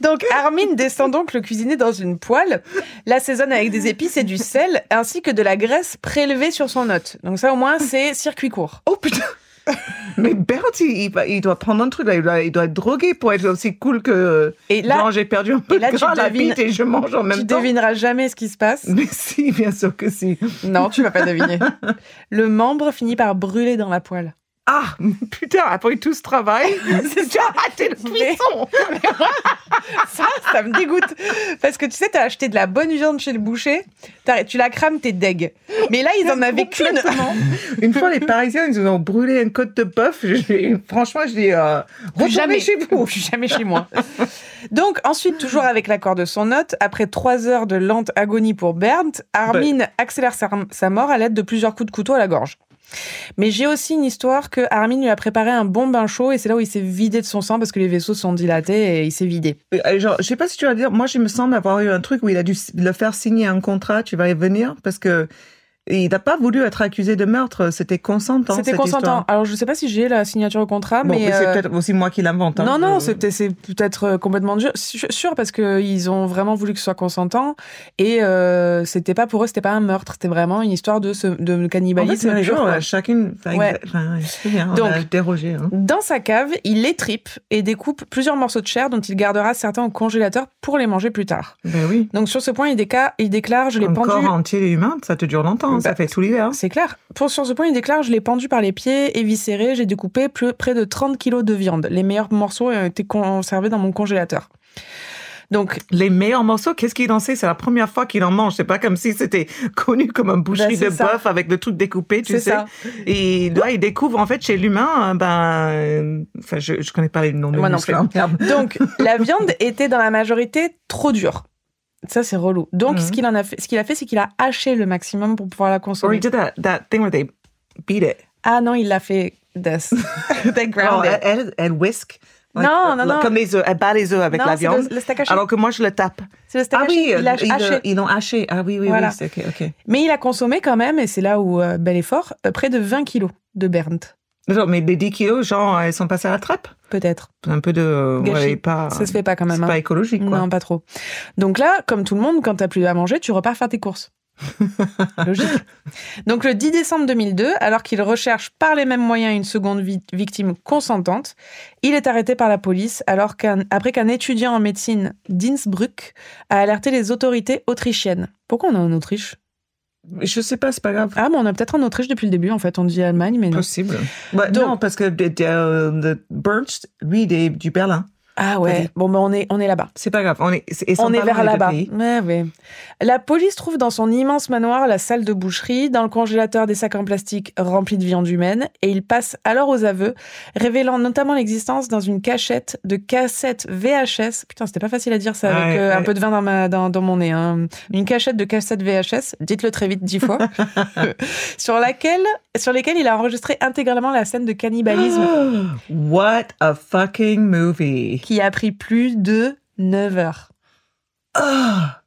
Donc Armin descend donc le cuisinier dans une poêle, l'assaisonne avec des épices et du sel, ainsi que de la graisse prélevée sur son hôte. Donc ça au moins c'est circuit court.
Oh putain Mais Bert, il, il va- il doit prendre un truc, là. Il, doit, il doit être drogué pour être aussi cool que...
Et là,
genre, j'ai perdu un peu
et là,
de
tu
gras à la
devines-
bite et je mange en même
tu
temps.
devineras jamais ce qui se passe.
Mais si, bien sûr que si.
Non, tu vas pas deviner. Le membre finit par brûler dans la poêle.
Ah, putain, après tout ce travail, c'est déjà raté le
Mais-
cuisson
Ah, Ça, ça me dégoûte. Parce que tu sais, t'as acheté de la bonne viande chez le boucher, t'as- tu la crames, t'es deg. Mais là, ils en avaient qu'une.
Une fois, les Parisiens, ils nous ont brûlé une côte de bœuf. Je- je- franchement, je dis, euh,
Plus
retournez chez vous.
Plus jamais chez moi. Donc, ensuite, toujours avec l'accord de son hôte, après trois heures de lente agonie pour Bernd, Armin accélère sa, sa mort à l'aide de plusieurs coups de couteau à la gorge. Mais j'ai aussi une histoire que Armin lui a préparé un bon bain chaud et c'est là où il s'est vidé de son sang parce que les vaisseaux sont dilatés et il s'est vidé.
Euh, Genre, je sais pas si tu vas dire, moi, je me semble avoir eu un truc où il a dû s- le faire signer un contrat, tu vas y venir, parce que il n'a pas voulu être accusé de meurtre. C'était consentant.
C'était
cette
consentant.
histoire.
Alors, je sais pas si j'ai la signature au contrat,
Bon,
mais.
mais c'est
euh,
peut-être aussi moi qui l'invente. hein.
Non,
Euh,
non, c'est peut-être c'est peut-être, euh, complètement dur, su- sûr parce que ils ont vraiment voulu que ce soit consentant et euh, c'était pas pour eux, c'était pas un meurtre, c'était vraiment une histoire de, ce- de
En fait,
cannibalisme.
c'est les
pur,
gens,
quoi.
euh, chacune. Enfin,
Ouais.
enfin, c'est bien, on
Donc-
a dérogé. hein.
Dans sa cave, il les tripe et découpe plusieurs morceaux de chair dont il gardera certains au congélateur pour les manger plus tard.
Ben oui.
Donc sur ce point, il, déca- il déclare je l'ai
Un
pendu.
corps entier et humain, ça te dure longtemps. hein,
Bah,
ça fait tout l'hiver.
C'est clair. Pour sur ce point, il déclare je l'ai pendu par les pieds, éviscéré, j'ai découpé plus- près de 30 kilos de viande. Les meilleurs morceaux ont été conservés dans mon congélateur. Donc
Les meilleurs morceaux, qu'est-ce qu'il en sait C'est la première fois qu'il en mange. C'est pas comme si c'était connu comme une boucherie
Ben, c'est
de
ça.
bœuf avec le truc découpé, tu
c'est
sais.
ça.
Et là, il découvre en fait chez l'humain, euh, ben, euh, enfin, je, je connais pas les noms de
Moi non
muscles, hein, merde.
Donc, la viande était dans la majorité trop dure. Ça, c'est relou. Donc,
Mhm.
ce qu'il en a fait, ce qu'il a fait, c'est qu'il a haché le maximum pour pouvoir la
Or
consommer.
he did that, that thing where they beat it.
Ah non, il l'a fait this. They
Oh,
ground
elle,
it.
elle, elle whisk. Like,
Non, non,
euh,
non.
Comme les œufs, elle bat les œufs avec
Non,
la
c'est le-
viande.
le steak haché.
Alors que moi, je le tape. Ah euh,
C'est le steak haché. Il a
ils,
haché.
ils l'ont haché. Ah oui, oui,
Voilà.
oui. c'est- Ok, ok.
Mais il a consommé quand même, et c'est là où euh, bel effort, euh, près de 20 kilos de Bernd,
Genre, mais les 10 kilos, genre, elles sont passées à la trappe.
peut-être.
C'est Un peu de.
Gâchis.
ouais, pas,
Ça se fait pas quand même.
c'est
hein.
pas écologique, quoi.
Non, pas trop. Donc là, comme tout le monde, quand t'as plus à manger, tu repars faire tes courses. Logique. Donc le 10 décembre 2002, alors qu'il recherche par les mêmes moyens une seconde vi- victime consentante, il est arrêté par la police alors qu'un, après qu'un étudiant en médecine d'Innsbruck a alerté les autorités autrichiennes. Pourquoi on est en Autriche
Je sais pas, c'est pas grave.
Ah, mais on est peut-être en Autriche depuis le début, en fait. On dit Allemagne, mais non.
Possible. Bah,
Donc-
euh, non, parce que de, de- euh, de Bernst, lui, il est du Berlin.
Ah ouais. Bon, ben on est, on est là-bas.
C'est pas grave. On est, c'est- et sont
on est
pas
vers
loin les deux
là-bas.
pays.
Ouais, ouais. La police trouve dans son immense manoir la salle de boucherie, dans le congélateur des sacs en plastique remplis de viande humaine, et ils passent alors aux aveux, révélant notamment l'existence dans une cachette de cassettes VHS. Putain, c'était pas facile à dire ça
Ouais,
avec euh, un
ouais.
peu de vin dans, ma, dans, dans mon nez. hein. Une cachette de cassettes VHS, dites-le très vite dix fois, sur laquelle, sur lesquelles il a enregistré intégralement la scène de cannibalisme
What a fucking movie.
qui a pris plus de 9 heures.
Ah.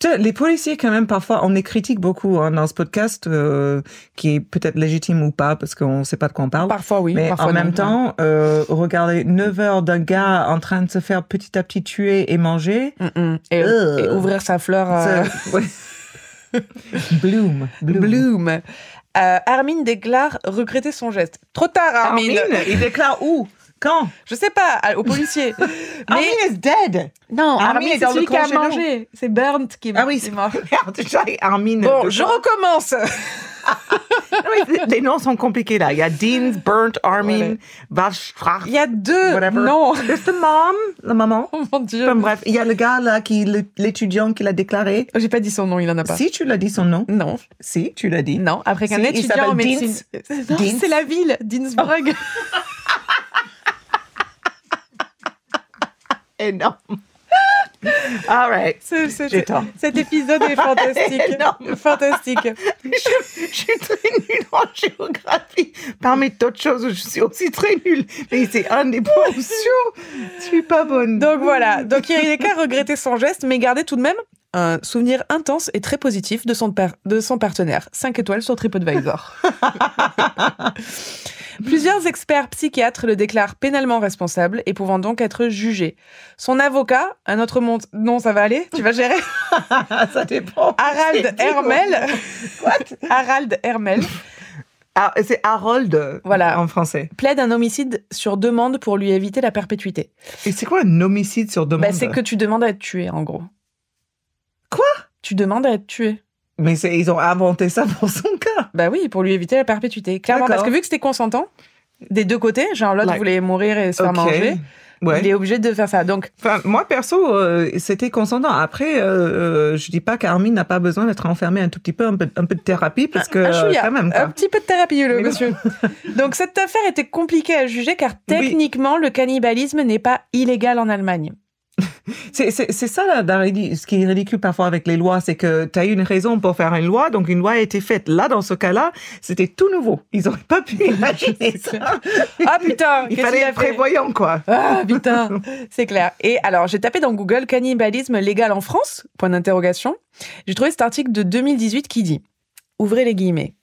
Tu sais, les policiers, quand même, parfois, on les critique beaucoup hein, dans ce podcast, euh, qui est peut-être légitime ou pas, parce qu'on ne sait pas de quoi on parle.
Parfois oui,
Mais
parfois
en
non.
même temps, euh, regarder 9 heures d'un gars en train de se faire petit à petit tuer et manger.
Mm, mm. Et,
Ugh.
et ouvrir sa fleur. euh,
ça- ouais. Bloom. Bloom.
Bloom. Euh, Armin déclare regretter son geste. Trop tard, Armin.
Armin, il déclare où Quand
Je sais pas, à- au policier.
Armin
Mais
is dead.
non,
Armin
Armin,
est
c'est
dans le
celui qui a
congélo.
mangé. C'est Bernd qui est
Ah oui,
qui
c'est
est mort.
Merde, déjà, Armin.
Bon, je recommence.
Non, mais les noms sont compliqués là. Il y a Dean, Burnt, Armin, Valstrach.
Il y a deux.
Whatever.
Non.
There's the mom, la maman.
Oh mon
Enfin,
dieu.
bref, il y a le gars là, qui le- l'étudiant qui l'a déclaré.
Oh, J'ai pas dit son nom, il en a pas.
Si tu l'as dit son nom.
Non,
Si, tu l'as dit.
non. Après qu'un
Si, il
étudiant
s'appelle Oh.
en médecine. Non,
Dienz.
C'est la ville, Dinsburg.
Énorme. All right.
C'est- c'est-
J'ai tort.
cet épisode est fantastique.
Énorme.
fantastique.
Je, je suis très nulle en géographie. Parmi d'autres choses, où je suis aussi très nulle. Mais c'est un des points où je suis pas bonne.
Donc voilà, donc il n'est qu'à regretter son geste, mais garder tout de même un souvenir intense et très positif de son, par- de son partenaire. 5 étoiles sur TripAdvisor. Plusieurs experts psychiatres le déclarent pénalement responsable et pouvant donc être jugé. Son avocat, un autre monde... Non, ça va aller Tu vas gérer
ça dépend.
Harald
C'est dur.
Hermel. Harald Hermel
Ah, c'est Harold
Voilà.
en français.
plaide un homicide sur demande pour lui éviter la perpétuité.
Et c'est quoi un homicide sur demande
Bah, c'est que tu demandes à être tué, en gros.
Quoi
Tu demandes à être tué.
Mais c'est- ils ont inventé ça pour son cas.
Bah oui, pour lui éviter la perpétuité. Clairement,
D'accord.
parce que vu que c'était consentant, des deux côtés, genre l'autre
Like-
voulait mourir et se faire
Ok.
manger,
Ouais.
il est obligé de faire ça. Donc,
Enfin, moi perso, euh, c'était consentant. Après, euh, euh, je dis pas qu'Armin n'a pas besoin d'être enfermé un tout petit peu, un peu, un peu de thérapie, parce que
un
euh,
chouïa,
quand même. quoi.
un petit peu de thérapie, le
Mais non.
monsieur. Donc, cette affaire était compliquée à juger car techniquement, le cannibalisme n'est pas illégal en Allemagne.
C'est c'est- c'est ça, là, la ridi- ce qui est ridicule parfois avec les lois, c'est que tu as eu une raison pour faire une loi, donc une loi a été faite. Là, dans ce cas-là, c'était tout nouveau. Ils n'auraient pas pu imaginer
C'est
ça.
Ah putain,
Il
qu'est-ce qu'il
fallait
a
être
fait
prévoyant, quoi.
Ah putain, c'est clair. Et alors, j'ai tapé dans Google cannibalisme légal en France Point d'interrogation. J'ai trouvé cet article de 2018 qui dit Ouvrez les guillemets.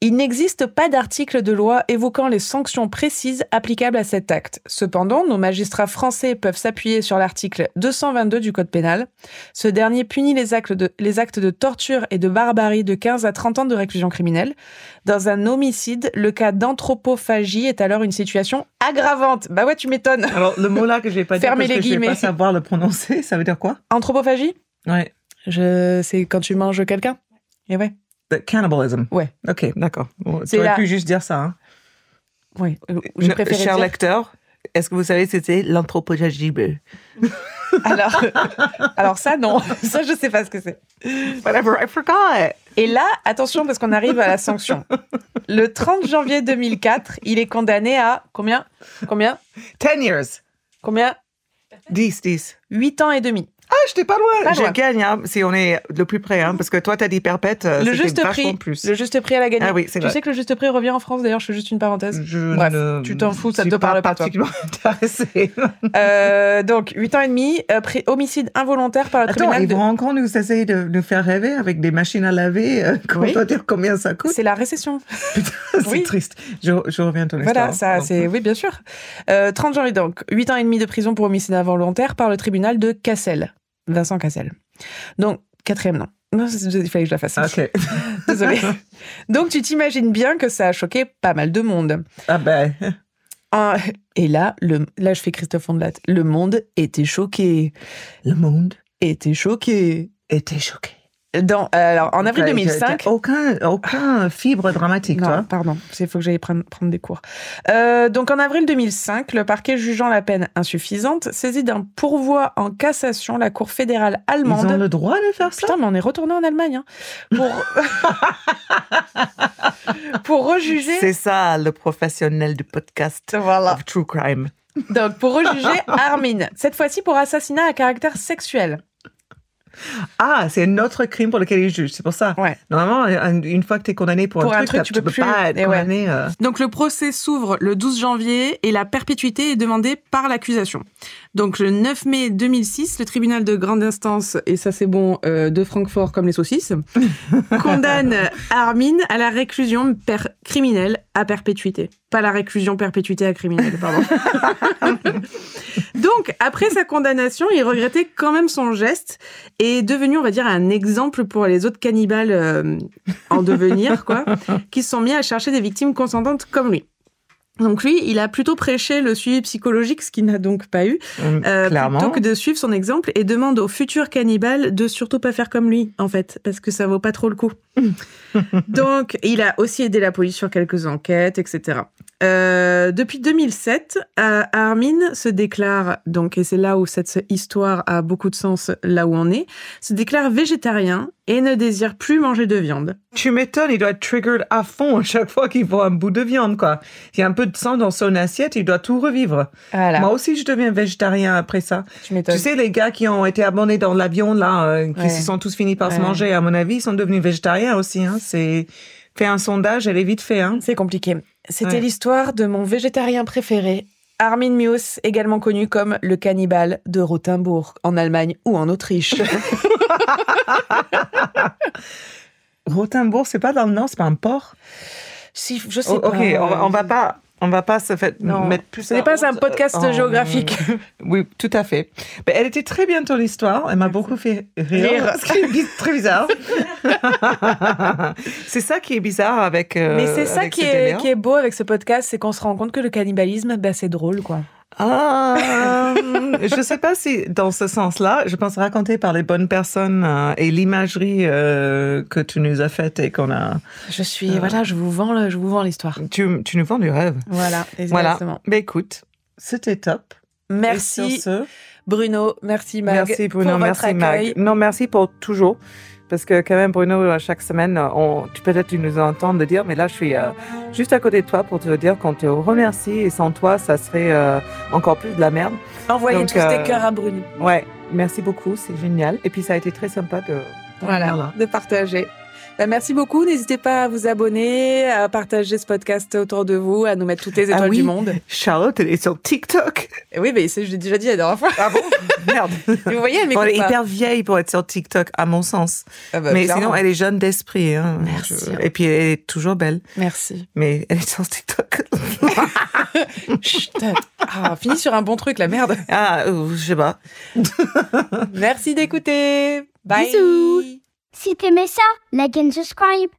Il n'existe pas d'article de loi évoquant les sanctions précises applicables à cet acte. Cependant, nos magistrats français peuvent s'appuyer sur l'article 222 du Code pénal. Ce dernier punit les actes, de, les actes de torture et de barbarie de 15 à 30 ans de réclusion criminelle. Dans un homicide, le cas d'anthropophagie est alors une situation aggravante. Bah ouais, tu m'étonnes.
Alors, le mot là que je vais pas dire,
Fermez
parce
les
que je vais
guillemets.
pas savoir le prononcer, ça veut dire quoi
Anthropophagie
Ouais.
Je... C'est quand tu manges quelqu'un Et ouais.
The cannibalism.
Ouais.
Ok, d'accord. Bon,
C'est
tu aurais
la-
pu juste dire ça. Hein.
Oui, j'ai préféré
Cher
dire-
lecteur, est-ce que vous savez c'était l'anthropophagie
Alors, alors ça, non. Ça, je sais pas ce que c'est.
Whatever, I forgot.
Et là, attention, parce qu'on arrive à la sanction. Le 30 janvier 2004, il est condamné à combien Combien
10 years.
Combien
10, 10.
8 ans et demi.
Ah, j'étais pas loin.
Pas
je
loin.
gagne, hein, si on est le plus près, hein, parce que toi, t'as dit perpète. euh,
Le
c'était
juste
vachement
prix.
plus.
Le juste prix à la gagner.
Ah oui, c'est
tu
vrai.
sais que le juste prix revient en France, d'ailleurs, je fais juste une parenthèse.
Je
Bref,
ne
tu t'en fous, ça
suis
te parle pas, toi.
particulièrement intéressée.
Euh, donc, 8 ans et demi, euh, pré- homicide involontaire par le
Attends,
tribunal.
ils
de-
vont encore nous essayer de nous faire rêver avec des machines à laver. euh, qu'on
Oui.
doit dire combien ça coûte.
C'est la récession.
C'est
oui.
triste. Je, je reviens à ton
Voilà,
histoire.
ça,
Pardon.
c'est, oui, bien sûr. Euh, 30 janvier, donc, 8 ans et demi de prison pour homicide involontaire par le tribunal de Cassel. Vincent Cassel. Donc, quatrième nom. Non, c'est- il fallait que je la fasse.
Ah, Ok.
Désolée. Donc, tu t'imagines bien que ça a choqué pas mal de monde.
Ah ben.
Un- Et là, le, là, je fais Christophe Ondelat. Le monde était choqué.
Le monde
Était choqué.
était choqué.
Dans, alors, en avril
T'as-
2005.
t'as Aucun, aucun fibre dramatique,
Non,
toi.
pardon, il faut que j'aille prendre, prendre des cours. Euh, donc en avril 2005, le parquet jugeant la peine insuffisante saisit d'un pourvoi en cassation la Cour fédérale
Ils
allemande.
ont le droit de faire ça
Putain, mais on est retourné en Allemagne hein, pour pour rejuger.
C'est ça, le professionnel du podcast
Voilà.
of True Crime.
Donc pour rejuger Armin, cette fois-ci pour assassinat à caractère sexuel.
Ah, c'est un autre crime pour lequel ils jugent, c'est pour ça.
Ouais.
Normalement, un- une fois que tu es condamné pour,
Pour un
un truc,
truc,
t'as-
tu
tu,
peux
peux,
plus.
pas
Et ouais.
être condamné. euh,
Donc le procès s'ouvre le 12 janvier et la perpétuité est demandée par l'accusation. Donc le 9 mai 2006, le tribunal de grande instance, et ça c'est bon, euh, de Francfort comme les saucisses, condamne Armin à la réclusion per- criminelle à perpétuité. Pas la réclusion perpétuité à criminelle, pardon. Donc après sa condamnation, il regrettait quand même son geste et est devenu, on va dire, un exemple pour les autres cannibales euh, en devenir, quoi qui se sont mis à chercher des victimes consentantes comme lui. Donc lui, il a plutôt prêché le suivi psychologique, ce qu'il n'a donc pas eu, euh, plutôt
Mm, clairement.
que de suivre son exemple et demande aux futurs cannibales de surtout pas faire comme lui, en fait, parce que ça vaut pas trop le coup. donc il a aussi aidé la police sur quelques enquêtes, etc. Euh, depuis 2007, euh, Armin se déclare, donc, et c'est là où cette histoire a beaucoup de sens, là où on est, se déclare végétarien et ne désire plus manger de viande.
Tu m'étonnes, il doit être triggered à fond à chaque fois qu'il voit un bout de viande, quoi. Il y a un peu de sang dans son assiette, il doit tout revivre.
Voilà.
Moi aussi, je deviens végétarien après ça.
tu m'étonnes.
Tu sais, les gars qui ont été abandonnés dans l'avion, là, euh, qui
Ouais.
se sont tous finis par se
Ouais.
manger, à mon avis, ils sont devenus végétariens aussi. Hein. C'est fait un sondage, elle est vite fait. Hein.
C'est compliqué. C'était
Ouais.
l'histoire de mon végétarien préféré, Armin Mius, également connu comme le cannibale de Rothenburg, en Allemagne ou en Autriche.
Rothenburg, c'est pas dans le nord, c'est pas un port.
si, je sais
Oh, ok,
pas.
on, va- on va pas, on va pas se faire
Non,
mettre plus.
ce n'est
la
pas un
honte,
podcast
euh, en-
géographique.
Oui, tout à fait. Mais elle était très bien ton histoire. Elle m'a beaucoup fait rire.
Rire.
Ce qui est bi- très bizarre. c'est ça qui est bizarre avec. euh,
Mais c'est ça
avec
qui
ce
est,
délire.
qui est beau avec ce podcast, c'est qu'on se rend compte que le cannibalisme, bah, c'est drôle, quoi.
Ah, je sais pas si dans ce sens-là, je pense raconté par les bonnes personnes euh, et l'imagerie euh, que tu nous as faite et qu'on a.
Je suis,
Ah.
voilà, je vous vends, le- je vous vends l'histoire.
Tu, tu nous vends du rêve.
Voilà, exactement.
Voilà. Mais écoute, c'était top. Et
Merci
sur ce,
Bruno, merci Mag.
merci Bruno,
pour votre
merci
accueil.
Mag. Non, merci pour toujours. Parce que quand même, Bruno, à chaque semaine, on, tu peut-être tu nous entends le dire, mais là, je suis euh, juste à côté de toi pour te dire qu'on te remercie et sans toi, ça serait euh, encore plus de la merde.
Envoyez
Donc,
tous des
euh,
cœurs à Bruno.
Ouais, merci beaucoup, c'est génial. Et puis ça a été très sympa de.
Voilà, de partager. Bah, merci beaucoup. N'hésitez pas à vous abonner, à partager ce podcast autour de vous, à nous mettre toutes les
Ah
étoiles
oui.
du monde.
Charlotte, elle est sur TikTok.
Et oui, mais c'est- je l'ai déjà dit la dernière fois.
Ah bon Merde.
Vous voyez, elle
Bon,
m'écoute
elle est
pas.
hyper vieille pour être sur TikTok, à mon sens.
Ah bah,
mais
clairement.
sinon, elle est jeune d'esprit. hein.
Merci.
Je- Et puis, elle est toujours belle.
Merci.
Mais elle est sur TikTok.
Chut. Ah, finis sur un bon truc, la merde.
ah, euh, je sais pas.
Merci d'écouter. Bye.
Bisous.
Si t'aimais ça, like and subscribe.